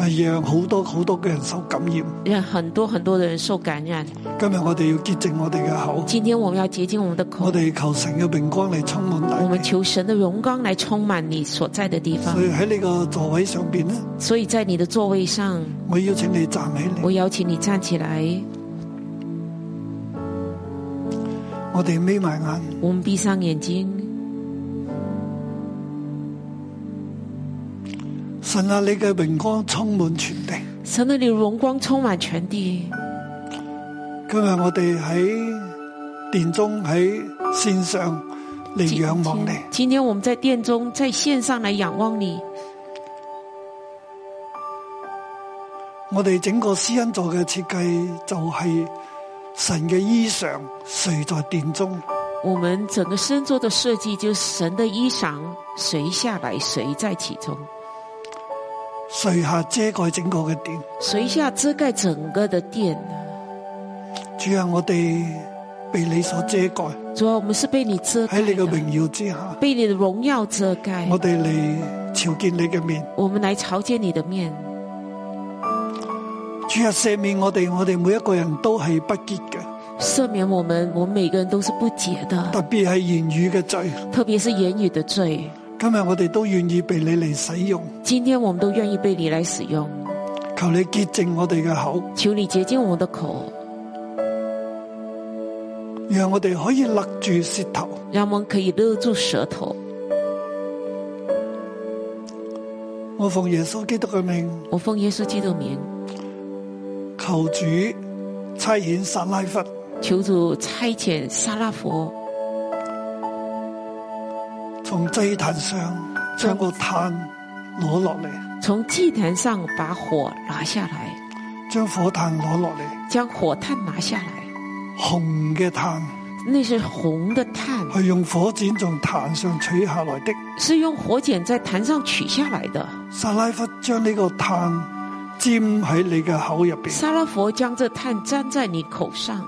[SPEAKER 2] 系让啊好多好多嘅人受感染。
[SPEAKER 3] 让很多很多的人受感染。
[SPEAKER 2] 今日我哋要洁净我哋嘅口，
[SPEAKER 3] 今天我们要洁净我们的口
[SPEAKER 2] 我，哋求神嘅荣光嚟充满
[SPEAKER 3] 我
[SPEAKER 2] 大
[SPEAKER 3] 们
[SPEAKER 2] 地。
[SPEAKER 3] 求神的荣光来充满你所在的地方
[SPEAKER 2] 所。以喺你个座位上边咧，
[SPEAKER 3] 所以在你的座位上，
[SPEAKER 2] 我邀请你站起嚟
[SPEAKER 3] 我，邀请你站起来，
[SPEAKER 2] 我哋眯埋眼。
[SPEAKER 3] 我们闭上眼睛。
[SPEAKER 2] 神啊，你嘅荣光充满全地。
[SPEAKER 3] 神的你的荣光充满全地。
[SPEAKER 2] 今日我哋喺殿中喺线上嚟仰望你，
[SPEAKER 3] 今天我们在殿中，在线上来仰望你。
[SPEAKER 2] 我哋整个施恩座嘅设计就系神嘅衣裳垂在殿中，
[SPEAKER 3] 我们整个身座的设计，就是神的衣裳随下来，随在其中，
[SPEAKER 2] 垂下遮盖整个嘅殿。
[SPEAKER 3] 随下遮盖整个的殿。
[SPEAKER 2] 主啊，我哋被你所遮盖，
[SPEAKER 3] 主啊要我们是被你遮盖
[SPEAKER 2] 喺哎你嘅
[SPEAKER 3] 的，
[SPEAKER 2] 荣耀之下，
[SPEAKER 3] 被你的荣耀遮盖。
[SPEAKER 2] 我哋嚟朝见你嘅面。
[SPEAKER 3] 我们来朝见你的面，
[SPEAKER 2] 主啊，赦免我哋，我哋每一个人都系不洁嘅，
[SPEAKER 3] 赦免我们。我们每个人都是不洁的，
[SPEAKER 2] 特别系言语嘅罪。
[SPEAKER 3] 特别是言语的罪。
[SPEAKER 2] 今日我哋都愿意被你嚟使用。
[SPEAKER 3] 今天我们都愿意被你来使用，
[SPEAKER 2] 求你洁净我哋嘅口，
[SPEAKER 3] 求你洁净我们的口，
[SPEAKER 2] 让我哋可以勒住舌头，
[SPEAKER 3] 让我们可以勒住舌头。
[SPEAKER 2] 我奉耶稣基督嘅命，
[SPEAKER 3] 我奉耶稣基督的名，
[SPEAKER 2] 求主差遣撒拉弗
[SPEAKER 3] 求主差遣撒拉佛
[SPEAKER 2] 从祭坛上将个炭攞落嚟，
[SPEAKER 3] 从祭坛上把火拿下来，
[SPEAKER 2] 将火炭攞落嚟，
[SPEAKER 3] 将火炭拿下来，
[SPEAKER 2] 红嘅炭
[SPEAKER 3] 那是红的炭，
[SPEAKER 2] 系用火箭从坛上取下来的。
[SPEAKER 3] 是用火剪在坛上取下来的。
[SPEAKER 2] 撒拉弗将呢个炭沾喺你嘅口入边，
[SPEAKER 3] 撒拉佛将这炭粘在你口上，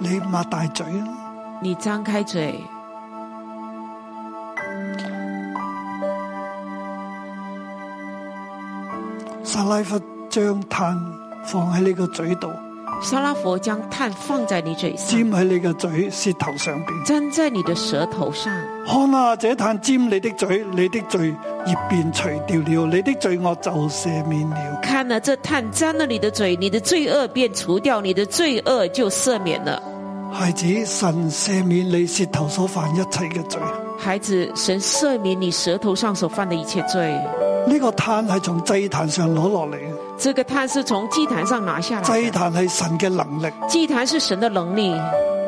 [SPEAKER 2] 你擘大嘴啊！
[SPEAKER 3] 你张开嘴，
[SPEAKER 2] 撒拉弗将炭放喺你个嘴度，
[SPEAKER 3] 撒拉佛将炭放在你嘴
[SPEAKER 2] 沾
[SPEAKER 3] 上，
[SPEAKER 2] 喺你嘅嘴舌头上边。
[SPEAKER 3] 粘在你的舌头上。
[SPEAKER 2] 看啊，这炭沾你的嘴，你的罪孽便除掉了，你的罪恶就赦免了。
[SPEAKER 3] 看了这炭沾了你的嘴，你的罪恶便除掉，你的罪恶就赦免了。
[SPEAKER 2] 孩子，神赦免你舌头所犯一切嘅罪。呢、
[SPEAKER 3] 孩子，神赦免你舌头上所犯的一切罪。
[SPEAKER 2] 个炭系从祭坛上攞落嚟嘅，
[SPEAKER 3] 这个炭是从祭坛上拿下来
[SPEAKER 2] 祭
[SPEAKER 3] 的，
[SPEAKER 2] 坛系神嘅能力，
[SPEAKER 3] 祭坛是神的能力，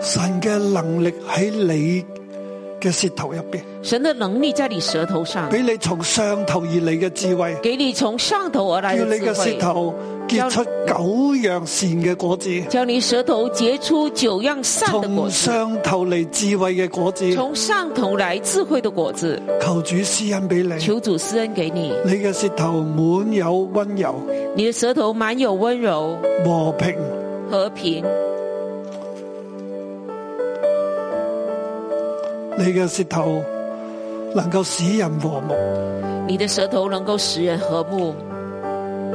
[SPEAKER 2] 神嘅能力喺你嘅舌头入边，
[SPEAKER 3] 神的能力在你舌头上，
[SPEAKER 2] 俾你从上头而嚟嘅智慧，
[SPEAKER 3] 给你从上头而来
[SPEAKER 2] 叫你
[SPEAKER 3] 的
[SPEAKER 2] 嘅舌
[SPEAKER 3] 智慧，
[SPEAKER 2] 头结出九样善嘅果子，
[SPEAKER 3] 叫你舌头结出九样善的果
[SPEAKER 2] 从
[SPEAKER 3] 子，
[SPEAKER 2] 上头嚟智慧嘅果子，
[SPEAKER 3] 从上头来智慧的果子。
[SPEAKER 2] 求主施恩俾你。
[SPEAKER 3] 求主施恩给你，
[SPEAKER 2] 你嘅舌头满有温柔、
[SPEAKER 3] 你的舌头满有温柔、
[SPEAKER 2] 和平、
[SPEAKER 3] 和平，
[SPEAKER 2] 你嘅舌头能够使人和睦，
[SPEAKER 3] 你的舌头能够使人和睦，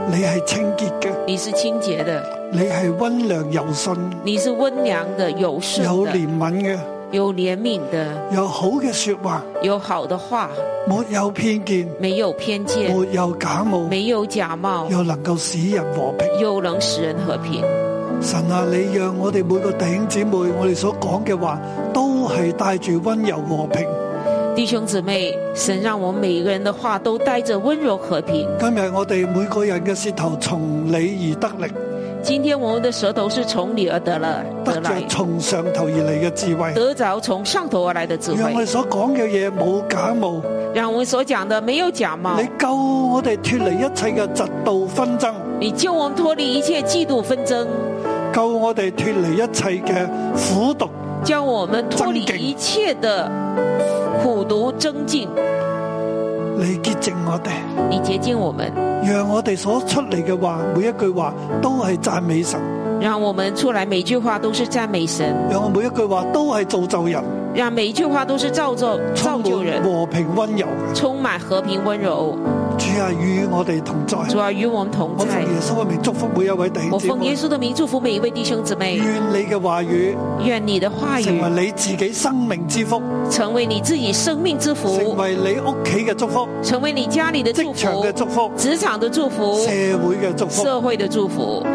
[SPEAKER 2] 你系清洁嘅，
[SPEAKER 3] 你是清洁的，
[SPEAKER 2] 你系温良柔顺、
[SPEAKER 3] 你是温良的、有顺
[SPEAKER 2] 有
[SPEAKER 3] 的、
[SPEAKER 2] 怜悯嘅，
[SPEAKER 3] 有怜悯的，
[SPEAKER 2] 有好嘅说话，
[SPEAKER 3] 有好的话，
[SPEAKER 2] 没有偏见，
[SPEAKER 3] 没有偏见，
[SPEAKER 2] 没有假冒，
[SPEAKER 3] 没有假冒，
[SPEAKER 2] 又能够使人和平。
[SPEAKER 3] 又能使人和平。
[SPEAKER 2] 神啊，你让我哋每个弟兄姊妹，我哋所讲嘅话都系带住温柔和平。
[SPEAKER 3] 弟兄姊妹，神让我们每一个人的话都带着温柔和平。
[SPEAKER 2] 今日我哋每个人嘅舌头从你而得力，
[SPEAKER 3] 今天我们的舌头是从你而得了得
[SPEAKER 2] 得
[SPEAKER 3] 来
[SPEAKER 2] 着，從上頭而嚟嘅智慧，
[SPEAKER 3] 得着从上头而来的智
[SPEAKER 2] 讓我哋
[SPEAKER 3] 慧，
[SPEAKER 2] 所講嘅嘢冇假冒。
[SPEAKER 3] 让我们所讲的没有假冒
[SPEAKER 2] 你。救我哋脱離一切嘅嫉妒紛爭，
[SPEAKER 3] 你救我们脱离一切嫉妒纷争，
[SPEAKER 2] 救我哋脱離一切嘅苦毒，
[SPEAKER 3] 叫我们脱离
[SPEAKER 2] 增敬
[SPEAKER 3] 一切的苦毒增进。
[SPEAKER 2] 你潔淨我哋，
[SPEAKER 3] 你洁净我们，
[SPEAKER 2] 讓我哋所出嚟嘅話，每一句話都係讚美神，
[SPEAKER 3] 让我们出来每句话都是赞美神，
[SPEAKER 2] 讓我每一句話都係造就人，
[SPEAKER 3] 让每一句话都是造就造
[SPEAKER 2] 充
[SPEAKER 3] 就
[SPEAKER 2] 滿
[SPEAKER 3] 人，
[SPEAKER 2] 和平温柔嘅
[SPEAKER 3] 充满和平温柔。
[SPEAKER 2] 主啊，與我哋同在。
[SPEAKER 3] 主啊要与我们同
[SPEAKER 2] 我奉
[SPEAKER 3] 在。
[SPEAKER 2] 耶穌嘅名祝福每一位弟兄
[SPEAKER 3] 我
[SPEAKER 2] 姊
[SPEAKER 3] 奉耶
[SPEAKER 2] 妹，
[SPEAKER 3] 稣的名祝福每一位弟兄姊妹，
[SPEAKER 2] 願你嘅話語
[SPEAKER 3] 愿你的话
[SPEAKER 2] 成
[SPEAKER 3] 语
[SPEAKER 2] 為你自己生命之福，
[SPEAKER 3] 成为你自己生命之
[SPEAKER 2] 成
[SPEAKER 3] 福，
[SPEAKER 2] 為你屋企嘅祝福、
[SPEAKER 3] 成为你家里的祝
[SPEAKER 2] 職場
[SPEAKER 3] 福
[SPEAKER 2] 嘅、祝福、
[SPEAKER 3] 职场的祝福、
[SPEAKER 2] 社會嘅祝福，
[SPEAKER 3] 社会的祝福，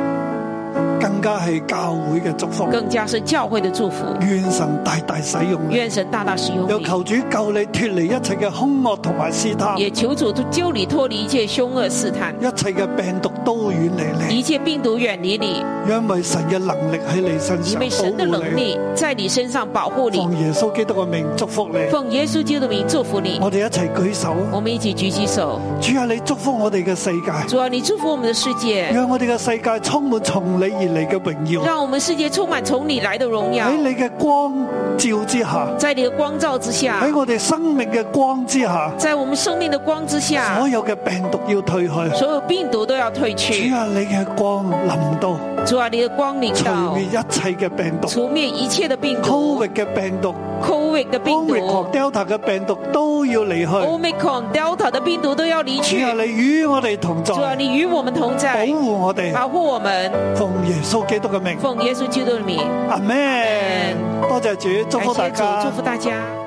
[SPEAKER 2] 更加係教會嘅祝福。
[SPEAKER 3] 更加是教会的祝福。
[SPEAKER 2] 願神大大使用你，
[SPEAKER 3] 愿神大大使用
[SPEAKER 2] 又
[SPEAKER 3] 你，
[SPEAKER 2] 求主救你脱離一切嘅兇惡同埋試探，
[SPEAKER 3] 也求主救你脱离一切凶恶试探，
[SPEAKER 2] 一切嘅病毒都遠離
[SPEAKER 3] 一
[SPEAKER 2] 你，
[SPEAKER 3] 切病毒远离你，
[SPEAKER 2] 因為神嘅能力喺你身
[SPEAKER 3] 因
[SPEAKER 2] 上
[SPEAKER 3] 为神的
[SPEAKER 2] 保護
[SPEAKER 3] 能
[SPEAKER 2] 你。
[SPEAKER 3] 力在你身上保护你。
[SPEAKER 2] 奉耶穌基督嘅名祝福你，
[SPEAKER 3] 奉耶稣基督的名祝福你，
[SPEAKER 2] 我哋一齊舉手，
[SPEAKER 3] 我们一起举起手，
[SPEAKER 2] 主啊，你祝福我哋嘅世界。
[SPEAKER 3] 主啊，你祝福我们的世界，
[SPEAKER 2] 让我哋嘅世界充满从你而嚟嘅荣耀。
[SPEAKER 3] 让我们世界充满从你来的荣耀
[SPEAKER 2] 喺。你嘅光照之下，
[SPEAKER 3] 在你的光照之下，
[SPEAKER 2] 喺哎我哋生命嘅光之下，
[SPEAKER 3] 在我们生命的光之下
[SPEAKER 2] 所，有嘅病毒要退去。
[SPEAKER 3] 所有病毒都要退去
[SPEAKER 2] 主。啊，你嘅光临到，
[SPEAKER 3] 主啊，你的光领
[SPEAKER 2] 除
[SPEAKER 3] 导
[SPEAKER 2] 灭，一切嘅病毒
[SPEAKER 3] 除灭一切的病毒
[SPEAKER 2] ，Covid 嘅病毒、
[SPEAKER 3] ，COVID 的
[SPEAKER 2] o
[SPEAKER 3] 病
[SPEAKER 2] m i c r o
[SPEAKER 3] 毒
[SPEAKER 2] n Delta 嘅病毒都要离去。
[SPEAKER 3] Oh ，Omicron、Delta 的病毒都要离去
[SPEAKER 2] 主。啊，你与我哋同
[SPEAKER 3] 主啊，
[SPEAKER 2] 在，
[SPEAKER 3] 你与我们同
[SPEAKER 2] 保
[SPEAKER 3] 在，
[SPEAKER 2] 护我哋，
[SPEAKER 3] 保护我们。
[SPEAKER 2] 奉耶稣基督嘅名，
[SPEAKER 3] 奉耶稣基督的名，
[SPEAKER 2] 阿 Man，
[SPEAKER 3] Amen
[SPEAKER 2] 多谢主，祝
[SPEAKER 3] 感
[SPEAKER 2] 福大
[SPEAKER 3] 谢主，
[SPEAKER 2] 家
[SPEAKER 3] 祝。福大家。